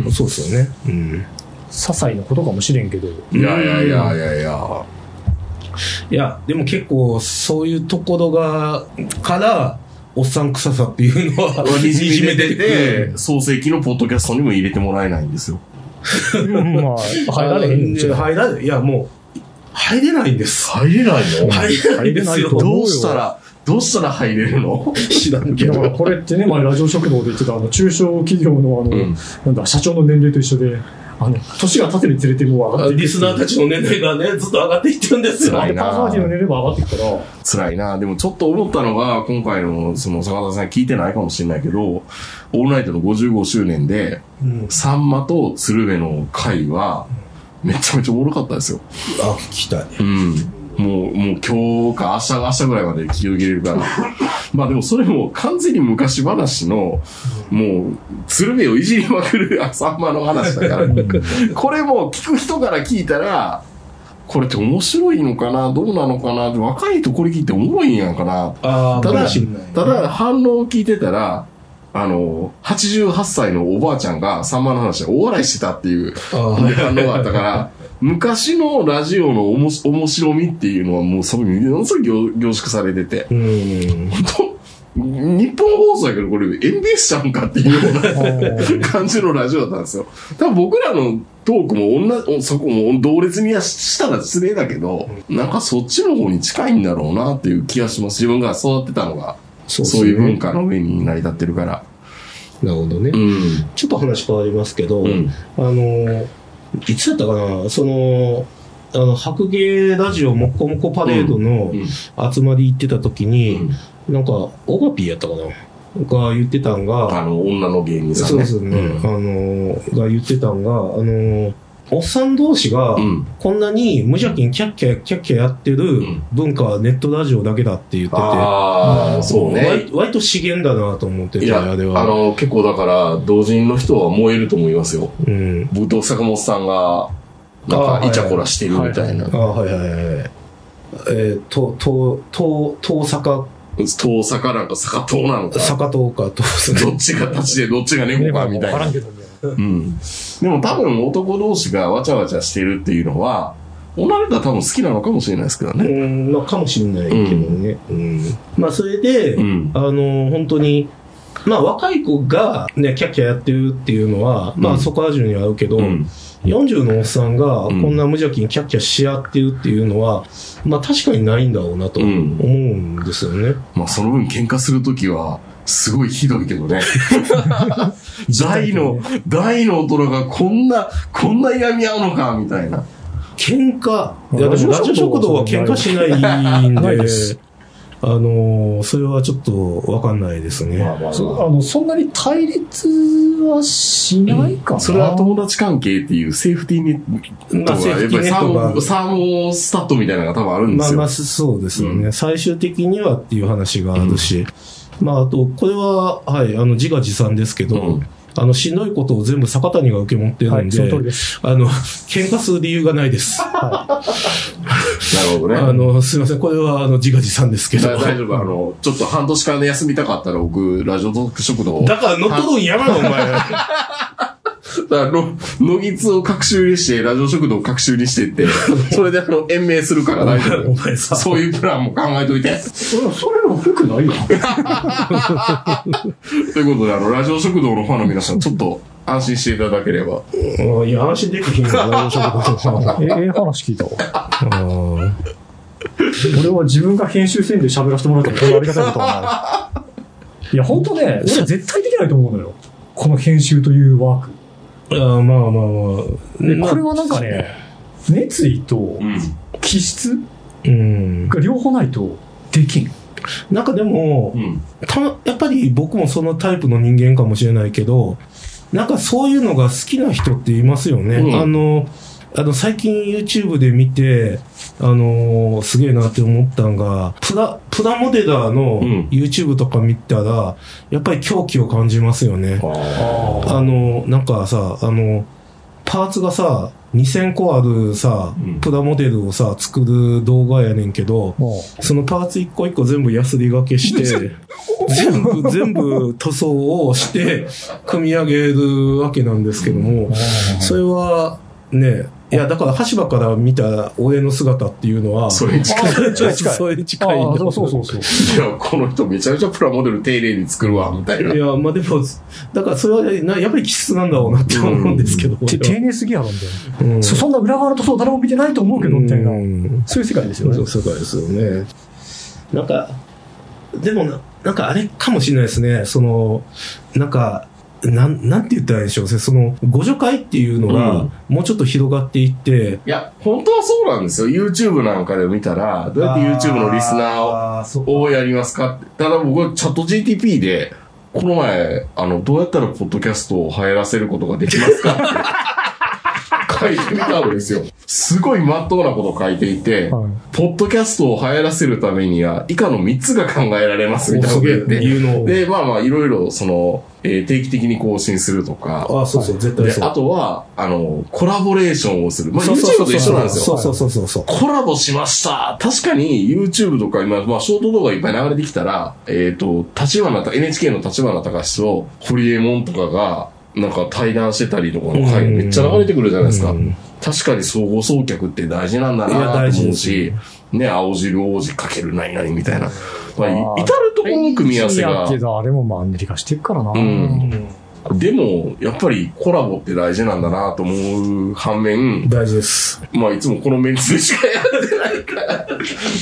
Speaker 3: ー、そうですよね。うん。
Speaker 4: 些細なことかもしれんけど、
Speaker 2: いやいやいやいやいや。
Speaker 3: いや、でも結構、そういうところが、から、おっさん臭さって いうのは、
Speaker 2: にじめ
Speaker 3: 出
Speaker 2: てて、創世記のポッドキャストにも入れてもらえないんですよ。
Speaker 4: まあ、入られへん
Speaker 3: いや入られ、いや、もう、入れないんです。
Speaker 2: 入れないの
Speaker 3: 入れないんですよ
Speaker 4: 入れない。と
Speaker 2: どうしたら、どうしたら入れるの
Speaker 3: 知らんけ
Speaker 4: だ
Speaker 3: ど
Speaker 4: か。らこれってね、前ラジオ食堂で言ってた、あの、中小企業の、あの、
Speaker 2: うん
Speaker 4: なんだ、社長の年齢と一緒で、あの、年が経てにつれてもう上がっていく
Speaker 3: リスナーたちの年齢がね、ずっと上がっていってるんですよ。
Speaker 2: 辛
Speaker 4: で
Speaker 2: いな
Speaker 4: パーソナリティの年齢も上がっていくから、
Speaker 2: 辛いなでもちょっと思ったのが、今回の、その、坂田さん聞いてないかもしれないけど、オールナイトの55周年で、
Speaker 3: うん、
Speaker 2: さんまと鶴瓶の会は、めちゃめちゃおもろかったですよ。
Speaker 3: あ、聞きたい。
Speaker 2: うん。もう、もう今日か明日、明日ぐらいまで聞き受けれるから。 まあでもそれも完全に昔話の、もう、鶴瓶をいじり まくるあさんまの話だから。これも聞く人から聞いたら、これって面白いのかなどうなのかな若いとこれ聞いておもろいんやんかな
Speaker 3: ああ、
Speaker 2: ただ
Speaker 3: かもしれない。
Speaker 2: ただ、反応を聞いてたら、あの、88歳のおばあちゃんがさんまの話で大笑いしてたっていう
Speaker 3: ああ
Speaker 2: で反応があったから、 昔のラジオのおもし面白みっていうのはもうそれにものすごい凝凝縮されてて、
Speaker 3: うん。
Speaker 2: 本当日本放送やけどこれ NBS ちゃうんかっていうような 感じのラジオだったんですよ。多分僕らのトークも同じ、そこも同列にはしたら失礼だけど、なんかそっちの方に近いんだろうなっていう気がします。自分が育ってたのが、
Speaker 3: そ
Speaker 2: そういう文。化の上に成り立ってるから。
Speaker 3: なるほどね
Speaker 2: う。ん。
Speaker 3: ちょっと話変わりますけど、
Speaker 2: うん。
Speaker 3: あの、いつだったかな、その、あの、白芸ラジオもっこもこパレードの
Speaker 2: うん
Speaker 3: 集まり行ってた時に、
Speaker 2: うん
Speaker 3: なんか、オガピーやったかなが言ってたん
Speaker 2: あ
Speaker 3: が、
Speaker 2: の、女の芸人さ
Speaker 3: そ
Speaker 2: ん
Speaker 3: う
Speaker 2: ね。
Speaker 3: ですね、あの、が言ってたんが、あの、おっさん同士が
Speaker 2: う、ん。
Speaker 3: こんなに無邪気にキャッキャキャッキャやってる
Speaker 2: ん
Speaker 3: 文化はネットラジオだけだって言ってて、
Speaker 2: ああ、そうね
Speaker 3: 割。割と資源だなと思って
Speaker 2: い
Speaker 3: て、
Speaker 2: や、
Speaker 3: あ
Speaker 2: あ
Speaker 3: れは。
Speaker 2: の、結構だから、同人の人は燃えると思いますよ。
Speaker 3: うん。
Speaker 2: 僕と坂本さんが、な
Speaker 3: あ
Speaker 2: ん
Speaker 3: ー
Speaker 2: か、イチャコラしてるみたいな
Speaker 3: あ。はいはいはいはい。えー、と、と、と、と、坂、
Speaker 2: 遠坂なんか坂東なのか。
Speaker 3: 坂とか、と、
Speaker 2: どっちが立ちでどっちが
Speaker 4: ね
Speaker 2: 猫かみたい
Speaker 4: わか
Speaker 2: な。
Speaker 4: らんけどみたいな
Speaker 2: うん。でも多分男同士がわちゃわちゃしてるっていうのは、女の子は多分好きなのかもしれないですけど
Speaker 3: う
Speaker 2: ね。
Speaker 3: ん、まあ、かもしれないけどね。うん。まあ、それで、
Speaker 2: うん。
Speaker 3: あの、本当に、まあ、若い子がね、キャッキャやってるっていうのは、ま
Speaker 2: う
Speaker 3: あ、
Speaker 2: ん
Speaker 3: そこは中には合うけど、
Speaker 2: うん。
Speaker 3: 40のおっさんが、こ
Speaker 2: うん
Speaker 3: んな無邪気にキャッキャし合ってるっていうのは、まあ、確かにないんだろうなと
Speaker 2: う。
Speaker 3: 思うんんですよね。
Speaker 2: まあその分喧嘩するときは、すごいひどいけど ね。大の、大の大人がこんな、こんな嫌み合うのか、みたいな。
Speaker 3: 喧嘩いや、でも、ラ
Speaker 4: ラ
Speaker 3: ジ
Speaker 4: ジオ
Speaker 3: オ
Speaker 4: 食
Speaker 3: 食
Speaker 4: 堂
Speaker 3: 堂
Speaker 4: は
Speaker 3: は
Speaker 4: 喧
Speaker 3: 喧
Speaker 4: 嘩
Speaker 3: 嘩しないん
Speaker 4: ない
Speaker 3: で
Speaker 4: です、
Speaker 3: あの、それはちょっとわかんないです
Speaker 2: まあ
Speaker 3: ね。
Speaker 2: まあまあ
Speaker 4: そあのそんなに対立はしないかな、
Speaker 2: それは友達関係っていうセーフティーネット
Speaker 3: まあセ
Speaker 2: が、
Speaker 3: ー
Speaker 2: やっ
Speaker 3: フテ
Speaker 2: ぱ
Speaker 3: ィー
Speaker 2: り
Speaker 3: ネ
Speaker 2: サ
Speaker 3: ットが
Speaker 2: ーモン、サーモンスタッドみたいなのが多分あるんで
Speaker 3: ますあ
Speaker 2: よ。
Speaker 3: まあ、そうですよ
Speaker 2: う
Speaker 3: ね。最終的にはっていう話があるし、まあ、あと、これは、はい、あの、自画自賛ですけ
Speaker 2: う
Speaker 3: ど
Speaker 2: ん、
Speaker 3: あの、しんどいことを全部坂谷が受け持ってる
Speaker 4: は
Speaker 3: ん
Speaker 4: い、その通り
Speaker 3: で、
Speaker 4: です。
Speaker 3: あの、喧嘩する理由がないです。
Speaker 4: は
Speaker 2: なるほどね。
Speaker 3: あの、すいません、これは、あの、自画自賛ですけど
Speaker 2: だ。大丈夫、あの、ちょっと半年間で休みたかったら僕、ラジオトーク食堂を、だ
Speaker 3: だから、乗っ取るんやめろ、お前。
Speaker 2: からの乃木津を各週にして、ラジオ食堂を各週にしてって、それであの、延命するから大丈
Speaker 3: お
Speaker 2: 夫。
Speaker 3: 前さ。
Speaker 2: そういうプランも考えといて。
Speaker 4: い。それそれでも 服ないよ。
Speaker 2: ということで、あの、ラジオ食堂のファンの皆さん、ちょっと安心していただければ。
Speaker 3: うんいや、安心できひんから、ラジオ食堂
Speaker 4: ええ話聞いたわ。
Speaker 3: うん
Speaker 4: 俺は自分が編集せんで喋らせてもらったらこんなありがたいことは ない。いや、本当ね、俺絶対できないと思うのよ。この編集というワーク。
Speaker 3: あーまあまあま
Speaker 4: で
Speaker 3: あ。まあ
Speaker 4: これはなんかね、熱意と
Speaker 2: ん。
Speaker 4: 気質
Speaker 3: うん。
Speaker 4: が両方ないとできん。
Speaker 3: なんかでも
Speaker 2: う、ん。
Speaker 3: た、やっぱり僕もそのタイプの人間かもしれないけど、なんかそういうのが好きな人っていますよね。
Speaker 2: うん
Speaker 3: あの、あの、最近 YouTube で見て、あのーすげえなって思ったんが、プラ、プラモデラーの
Speaker 2: うん
Speaker 3: YouTube とか見たら、やっぱり狂気を感じますよね。あの、なんかさ、あの、パーツがさ、2000個あるさ
Speaker 2: うん、
Speaker 3: プラモデルをさ、作る動画やねんけど、
Speaker 4: も
Speaker 3: そのパーツ一個一個全部ヤスリがけして、全部、全部塗装をして、組み上げるわけなんですけども
Speaker 4: う、、
Speaker 3: それは、ね、いや、だから、橋場から見た俺の姿っていうのは、
Speaker 2: それに近い。
Speaker 4: あ
Speaker 3: ちょっと
Speaker 4: 近い
Speaker 3: それに近いん
Speaker 4: ああ、
Speaker 3: だ
Speaker 4: そうそうそうそう。
Speaker 2: いや、この人めちゃめちゃプラモデル丁寧に作るわ、みたいな。
Speaker 3: いや、まあでも、だからそれはな、やっぱり気質なんだろうなって思うんですけど、
Speaker 4: て
Speaker 3: 俺は
Speaker 4: 丁寧すぎやろ、みたい
Speaker 3: うん
Speaker 4: な。そそんな裏側の塗装誰も見てないと思うけど、みたいな
Speaker 3: う。ん
Speaker 4: そういう世界ですよね
Speaker 3: そう。世界ですよね。なんか、でもな、なんかあれかもしれないですね。その、なんか、なん、なんて言ったらいいんでしょうね。その、互助会っていうの
Speaker 2: うん
Speaker 3: が、もうちょっと広がっていって、
Speaker 2: いや、本当はそうなんですよ。YouTube なんかで見たら、どうやって YouTube のリスナーを、
Speaker 3: あーそ
Speaker 2: をやりますかって。ただ僕はチャット GTP で、この前、あの、どうやったらポッドキャストを流行らせることができますかって書いてみたんですよ。すごい真っ当なことを書いていて、
Speaker 4: はい
Speaker 2: ポッドキャストを流行らせるためには、以下の3つが考えられますみたいなこと言って、
Speaker 3: 言うの
Speaker 2: で、まあまあ、いろいろ、その、えー定期的に更新するとか、
Speaker 3: ああ、そうそう、絶対
Speaker 2: で、
Speaker 3: そう。
Speaker 2: あとは、あの、コラボレーションをする。まあ、
Speaker 3: そうそう
Speaker 2: YouTube
Speaker 3: そう
Speaker 2: と一緒なんですよ。
Speaker 3: そうそうそうそう。
Speaker 2: コラボしました確かに YouTube とか今、まあ、ショート動画いっぱい流れてきたら、えっ、と、立花た、NHK の立花隆史と、堀江門とかが、なんか対談してたりとかの回
Speaker 3: うん
Speaker 2: めっちゃ流れてくるじゃないですか
Speaker 3: うん。
Speaker 2: 確かに相互送客って大事なんだ
Speaker 3: いや
Speaker 2: な
Speaker 3: 大
Speaker 2: と
Speaker 3: 事
Speaker 2: 思
Speaker 3: で
Speaker 2: う
Speaker 3: す
Speaker 2: し、ね、青汁王子かける何々みたいな。まあ、い
Speaker 4: あー
Speaker 2: 至るところに組み合わせ
Speaker 4: い
Speaker 2: が
Speaker 4: いやけ。ど、あれもマンネリ化してるからな。
Speaker 2: うん
Speaker 3: うん
Speaker 2: でも、やっぱりコラボって大事なんだなと思う反面、
Speaker 3: 大事です。
Speaker 2: まあいつもこのメンツでしかやってないから。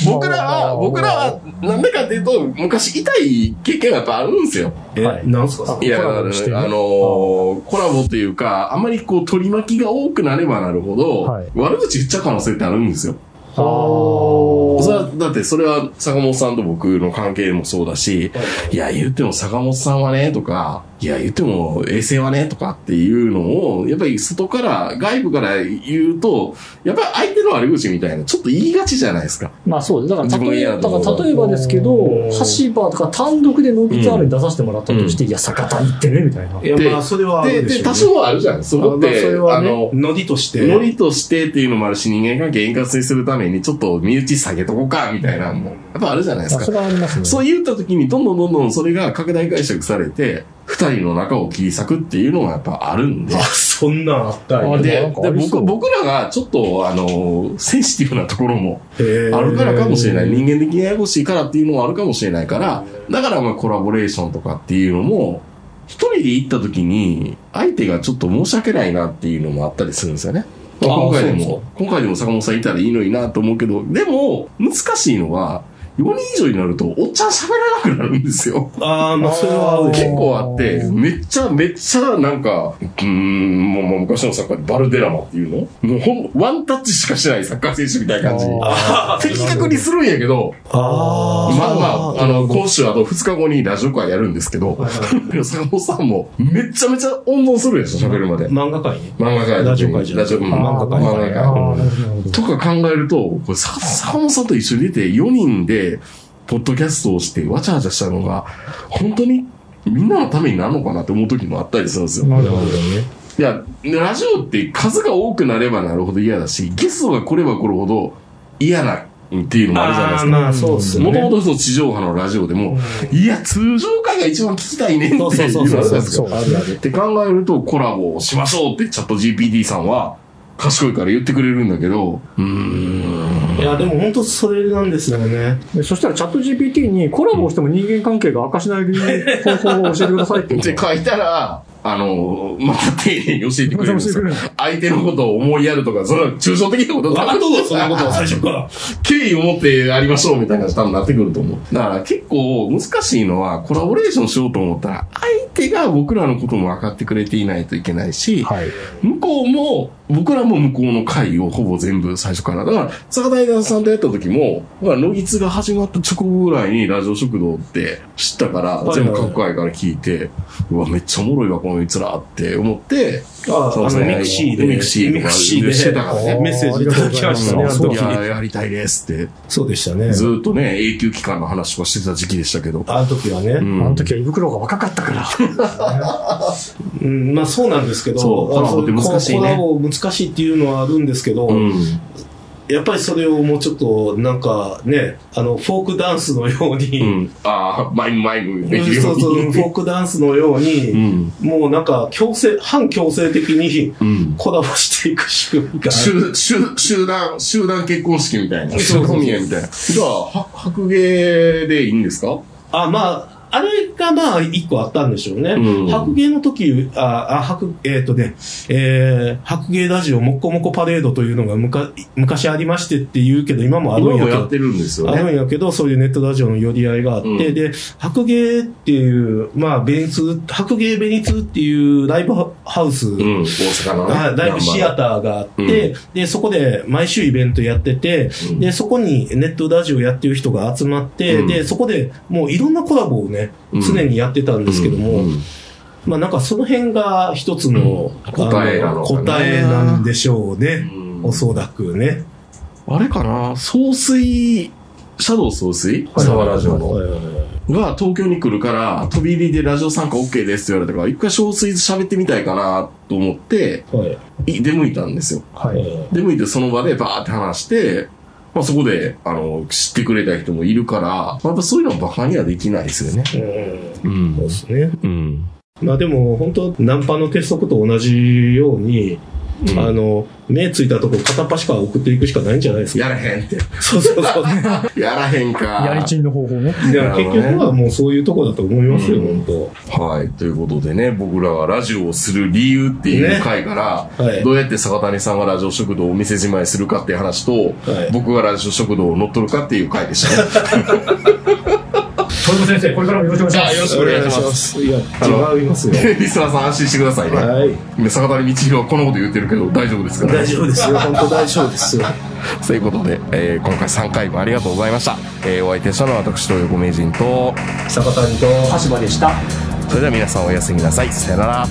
Speaker 2: 僕らは、僕らは、なんでかっていうと、昔痛い経験がやっぱあるんですよ。
Speaker 3: え、なんすか
Speaker 2: いや、
Speaker 4: コラ
Speaker 2: あ
Speaker 4: ボ
Speaker 2: の
Speaker 4: してね
Speaker 2: ー、コラボというか、あんまりこう取り巻きが多くなればなるほど、
Speaker 4: はい
Speaker 2: 悪口言っちゃう可能性ってあるんですよ。
Speaker 4: あー
Speaker 2: それはだってそれは坂本さんと僕の関係もそうだし、いや、言っても坂本さんはね、とか、いや、言っても衛星はね、とかっていうのを、やっぱり外から、外部から言うと、やっぱり相手の悪口みたいな、ちょっと言いがちじゃないですか。
Speaker 5: まあそうです。だから、
Speaker 2: 自分
Speaker 5: 例え
Speaker 2: 嫌だ
Speaker 5: だ
Speaker 2: と
Speaker 5: から例えばですけど
Speaker 3: うん、
Speaker 5: 橋場とか単独でノービザールに出させてもらったとして、いや、坂田行ってね、みたいな。
Speaker 3: いや、
Speaker 2: で
Speaker 3: まあ、それはあ
Speaker 2: で、
Speaker 3: る
Speaker 2: で、
Speaker 3: しょうね
Speaker 2: 多少はあるじゃん。そこっ
Speaker 3: あまあそ
Speaker 2: て
Speaker 3: れ、は
Speaker 2: あ
Speaker 3: ね
Speaker 2: の、
Speaker 3: ノリとして。
Speaker 2: ノリとしてっていうのもあるし、人間関係円滑にするために、ちょっと身内下げとこうか、みたいなのも、やっぱあるじゃないです
Speaker 5: まあ
Speaker 2: か
Speaker 5: そ。れはありますね。
Speaker 2: そう言った時に、どんどんどんどんそれが拡大解釈されて、二人の仲を切り裂くっていうのがやっぱあるんで
Speaker 3: あ、。そんなんあったん
Speaker 4: あ
Speaker 3: や。
Speaker 4: でもな
Speaker 2: で
Speaker 4: ん、か
Speaker 2: で
Speaker 4: ありそう
Speaker 2: 僕僕らがちょっと、あの、センシティブなところも
Speaker 3: へー
Speaker 2: あるからかもしれない。人間的にややこしいからっていうのもあるかもしれないから、だからまあコラボレーションとかっていうのも、一人で行った時に、相手がちょっと申し訳ないなっていうのもあったりするんですよね。まあ
Speaker 3: あー
Speaker 2: 今回で
Speaker 3: そうそ
Speaker 2: も、今回でも坂本さんいたらいいのになと思うけど、でも、難しいのは、4人以上になると、おっちゃん喋らなくなるんですよ。
Speaker 3: ああ、まあ、それはあるでし
Speaker 2: 結
Speaker 3: ょ
Speaker 2: 構あって、めっちゃめっちゃなんか、うーん、もうもう昔のサッカーでバルデラマっていうのもうほん、ワンタッチしかしないサッカー選手みたいな感じ。
Speaker 3: あ
Speaker 2: 的確にするんやけど、ま
Speaker 3: あ
Speaker 2: あ
Speaker 3: ー
Speaker 2: まあ、あの、今週あと2日後にラジオ会やるんですけど、
Speaker 3: はいは
Speaker 2: 坂本さんもめちゃめちゃ温存するでしょ、喋るまで。
Speaker 3: 漫画界ね。
Speaker 2: 漫画会。
Speaker 3: ラジオ会じゃん
Speaker 2: ラジオ、うん
Speaker 3: 漫画界
Speaker 2: 漫画会。
Speaker 4: あーなるほどなるほど
Speaker 2: とか考えると、これ坂坂本さんと一緒に出て4人で、ポッドキャストをして、わちゃわちゃしたのが、本当にみんなのためになるのかなって思う時もあったりするんですよ。
Speaker 4: なるほど。
Speaker 2: いや、ラジオって数が多くなればなるほど嫌だし、ゲストが来れば来るほど嫌なっていうのもあるじゃないで
Speaker 3: あ
Speaker 2: すか。
Speaker 3: ーまあ、そうっすよ
Speaker 2: もと
Speaker 3: ね
Speaker 2: も。とその地上波のラジオでも、いや、通常回が一番聞きたいねんっていう
Speaker 3: そ
Speaker 2: の
Speaker 3: うそ
Speaker 2: あ
Speaker 3: うそう
Speaker 2: るじゃない
Speaker 3: そう
Speaker 2: です
Speaker 3: そう。
Speaker 2: か。
Speaker 3: あるある。
Speaker 2: って考えると、コラボをしましょうってチャット GPT さんは、賢いから言ってくれるんだけど、うーん。
Speaker 3: いや、でも本当それなんですよね。
Speaker 4: でそしたらチャット GPT にコラボをしても人間関係が悪化しない方法を教えてくださいって。
Speaker 2: って書いたら、あの、また丁寧に教えてくれるんですよ
Speaker 4: めちゃめちゃ教えてくれる。
Speaker 2: 相手のことを思いやるとか、その抽象的なこと
Speaker 3: わかっとるぞ、そんなことは最初から。
Speaker 2: 敬意を持ってありましょうみたいな感じに多分なってくると思う。だから結構難しいのはコラボレーションしようと思ったら相手が僕らのことも分かってくれていないといけないし、
Speaker 4: はい。
Speaker 2: 向こうも、僕らも向こうの回をほぼ全部最初から。だから、坂大団さんとやった時も、だから、ノギツが始まった直後ぐらいにラジオ食堂って知ったから、
Speaker 3: はい
Speaker 2: 全部各回から聞いて、うわ、めっちゃおもろいわ、このいつらって思って、
Speaker 3: あ
Speaker 2: そう
Speaker 3: あ
Speaker 2: です
Speaker 3: の、
Speaker 2: ね
Speaker 3: ミクシーで。
Speaker 2: ミクシーとか
Speaker 3: ミクシーで。
Speaker 2: してたからね
Speaker 3: メッセージいただきました
Speaker 4: あり
Speaker 3: ね。
Speaker 4: が
Speaker 3: あの
Speaker 4: とう
Speaker 3: 時
Speaker 4: ご
Speaker 2: い
Speaker 4: ざ
Speaker 2: や
Speaker 3: に
Speaker 2: ー、やりたいですって、
Speaker 3: そうでしたね。
Speaker 2: ずーっとね、永久期間の話とかしてた時期でしたけど。
Speaker 3: あの時はね。
Speaker 2: うん
Speaker 4: あの時は胃袋が若かったから。
Speaker 3: うん、まあそうなんですけど、
Speaker 2: そうコラボって難しいね
Speaker 3: コラボ難しいっていうのはあるんですけど、
Speaker 2: うん
Speaker 3: やっぱりそれをもうちょっと、なんかね、あの、フォークダンスのよう
Speaker 2: う
Speaker 3: に、
Speaker 2: ん。ああ、マイムマイムできる
Speaker 3: そ
Speaker 2: よう
Speaker 3: うそう、フォークダンスのよう
Speaker 2: に。う
Speaker 3: に、
Speaker 2: ん。
Speaker 3: もうなんか強制、反強制的に
Speaker 2: うん。
Speaker 3: コラボしていく仕組みがあ
Speaker 2: 集
Speaker 3: る。
Speaker 2: 集集団、集団結婚式みたいな。集
Speaker 3: そうそうそう
Speaker 2: 団宮みたいな。じゃあ、は白芸でいいんですか
Speaker 3: あ、まあ、あれがまあ一個あったんでしょうね。
Speaker 2: うん
Speaker 3: 白芸の時、あ、あ白、えっ、とね、えー、白芸ラジオもっこもこパレードというのがむか昔ありましてって言うけど、今もあるん
Speaker 2: 今
Speaker 3: や
Speaker 2: も
Speaker 3: けど
Speaker 2: やっ。てるんですよ
Speaker 3: あ
Speaker 2: ね。
Speaker 3: るんやけど、そういうネットラジオの寄り合いがあって、
Speaker 2: うん
Speaker 3: で、白芸っていう、まあ、ベニツ、白芸ベニツっていうライブハウス、
Speaker 2: うん、大阪のね。
Speaker 3: あライブシアターがあって、で、そこで毎週イベントやってて、
Speaker 2: うん
Speaker 3: で、そこにネットラジオやってる人が集まって、
Speaker 2: うん
Speaker 3: で、そこでもういろんなコラボをね、
Speaker 2: うん
Speaker 3: 常にやってたんですけども、
Speaker 2: うん
Speaker 3: まあなんかその辺が一つの、
Speaker 2: 答えなのかな
Speaker 3: 答えなんでしょうね。
Speaker 2: うん
Speaker 3: おそらくね。
Speaker 2: あれかな総帥、シャドウ総帥
Speaker 3: い
Speaker 2: 沢ラジオの。
Speaker 3: はいはいはい
Speaker 2: が東京に来るから、飛び入りでラジオ参加 OK ですって言われたから、一回総帥喋ってみたいかなと思って、
Speaker 3: はい
Speaker 2: い出向いたんですよ。
Speaker 4: はい。
Speaker 2: 出向いてその場でバーって話して、まあそこで、あの、知ってくれた人もいるから、まあやっぱそういうのはバカにはできないですよね。
Speaker 3: うん
Speaker 2: う
Speaker 3: そうんで。すね。
Speaker 2: うん。
Speaker 3: まあでも本当ナンパの鉄則と同じように、あの、目ついたとこ片っ端から送っていくしかないんじゃないですか。
Speaker 2: やらへんって。
Speaker 3: そうそう そう。
Speaker 2: やらへんか。
Speaker 4: やりちんの方法ね。
Speaker 3: いや、結局はもうそういうとこだと思いますよ、
Speaker 2: うん
Speaker 3: 本
Speaker 2: はい。ということでね、僕らがラジオをする理由っていう回から、
Speaker 3: 当。はい。
Speaker 2: どうやって坂谷さんがラジオ食堂をお店じまいするかっていう話と、
Speaker 3: はい
Speaker 2: 僕がラジオ食堂を乗っ取るかっていう回でしたね。
Speaker 4: 豊子先生、これからもよろしくお願いします。
Speaker 2: よろしくお願いします。
Speaker 3: いや、違いますよ。
Speaker 2: リスナーさん安心してくださいね。
Speaker 3: はい。
Speaker 2: で坂谷道弘はこのこと言ってるけど大丈夫ですから、
Speaker 3: 大
Speaker 2: ね。
Speaker 3: 丈夫ですよ。本当大丈夫ですよ。
Speaker 2: ということで、えー今回3回もありがとうございました。えーお相手したのは私と横名人と、
Speaker 3: 坂谷と。
Speaker 5: 橋場でした
Speaker 2: それでは皆さんおやすみなさい。さよなら。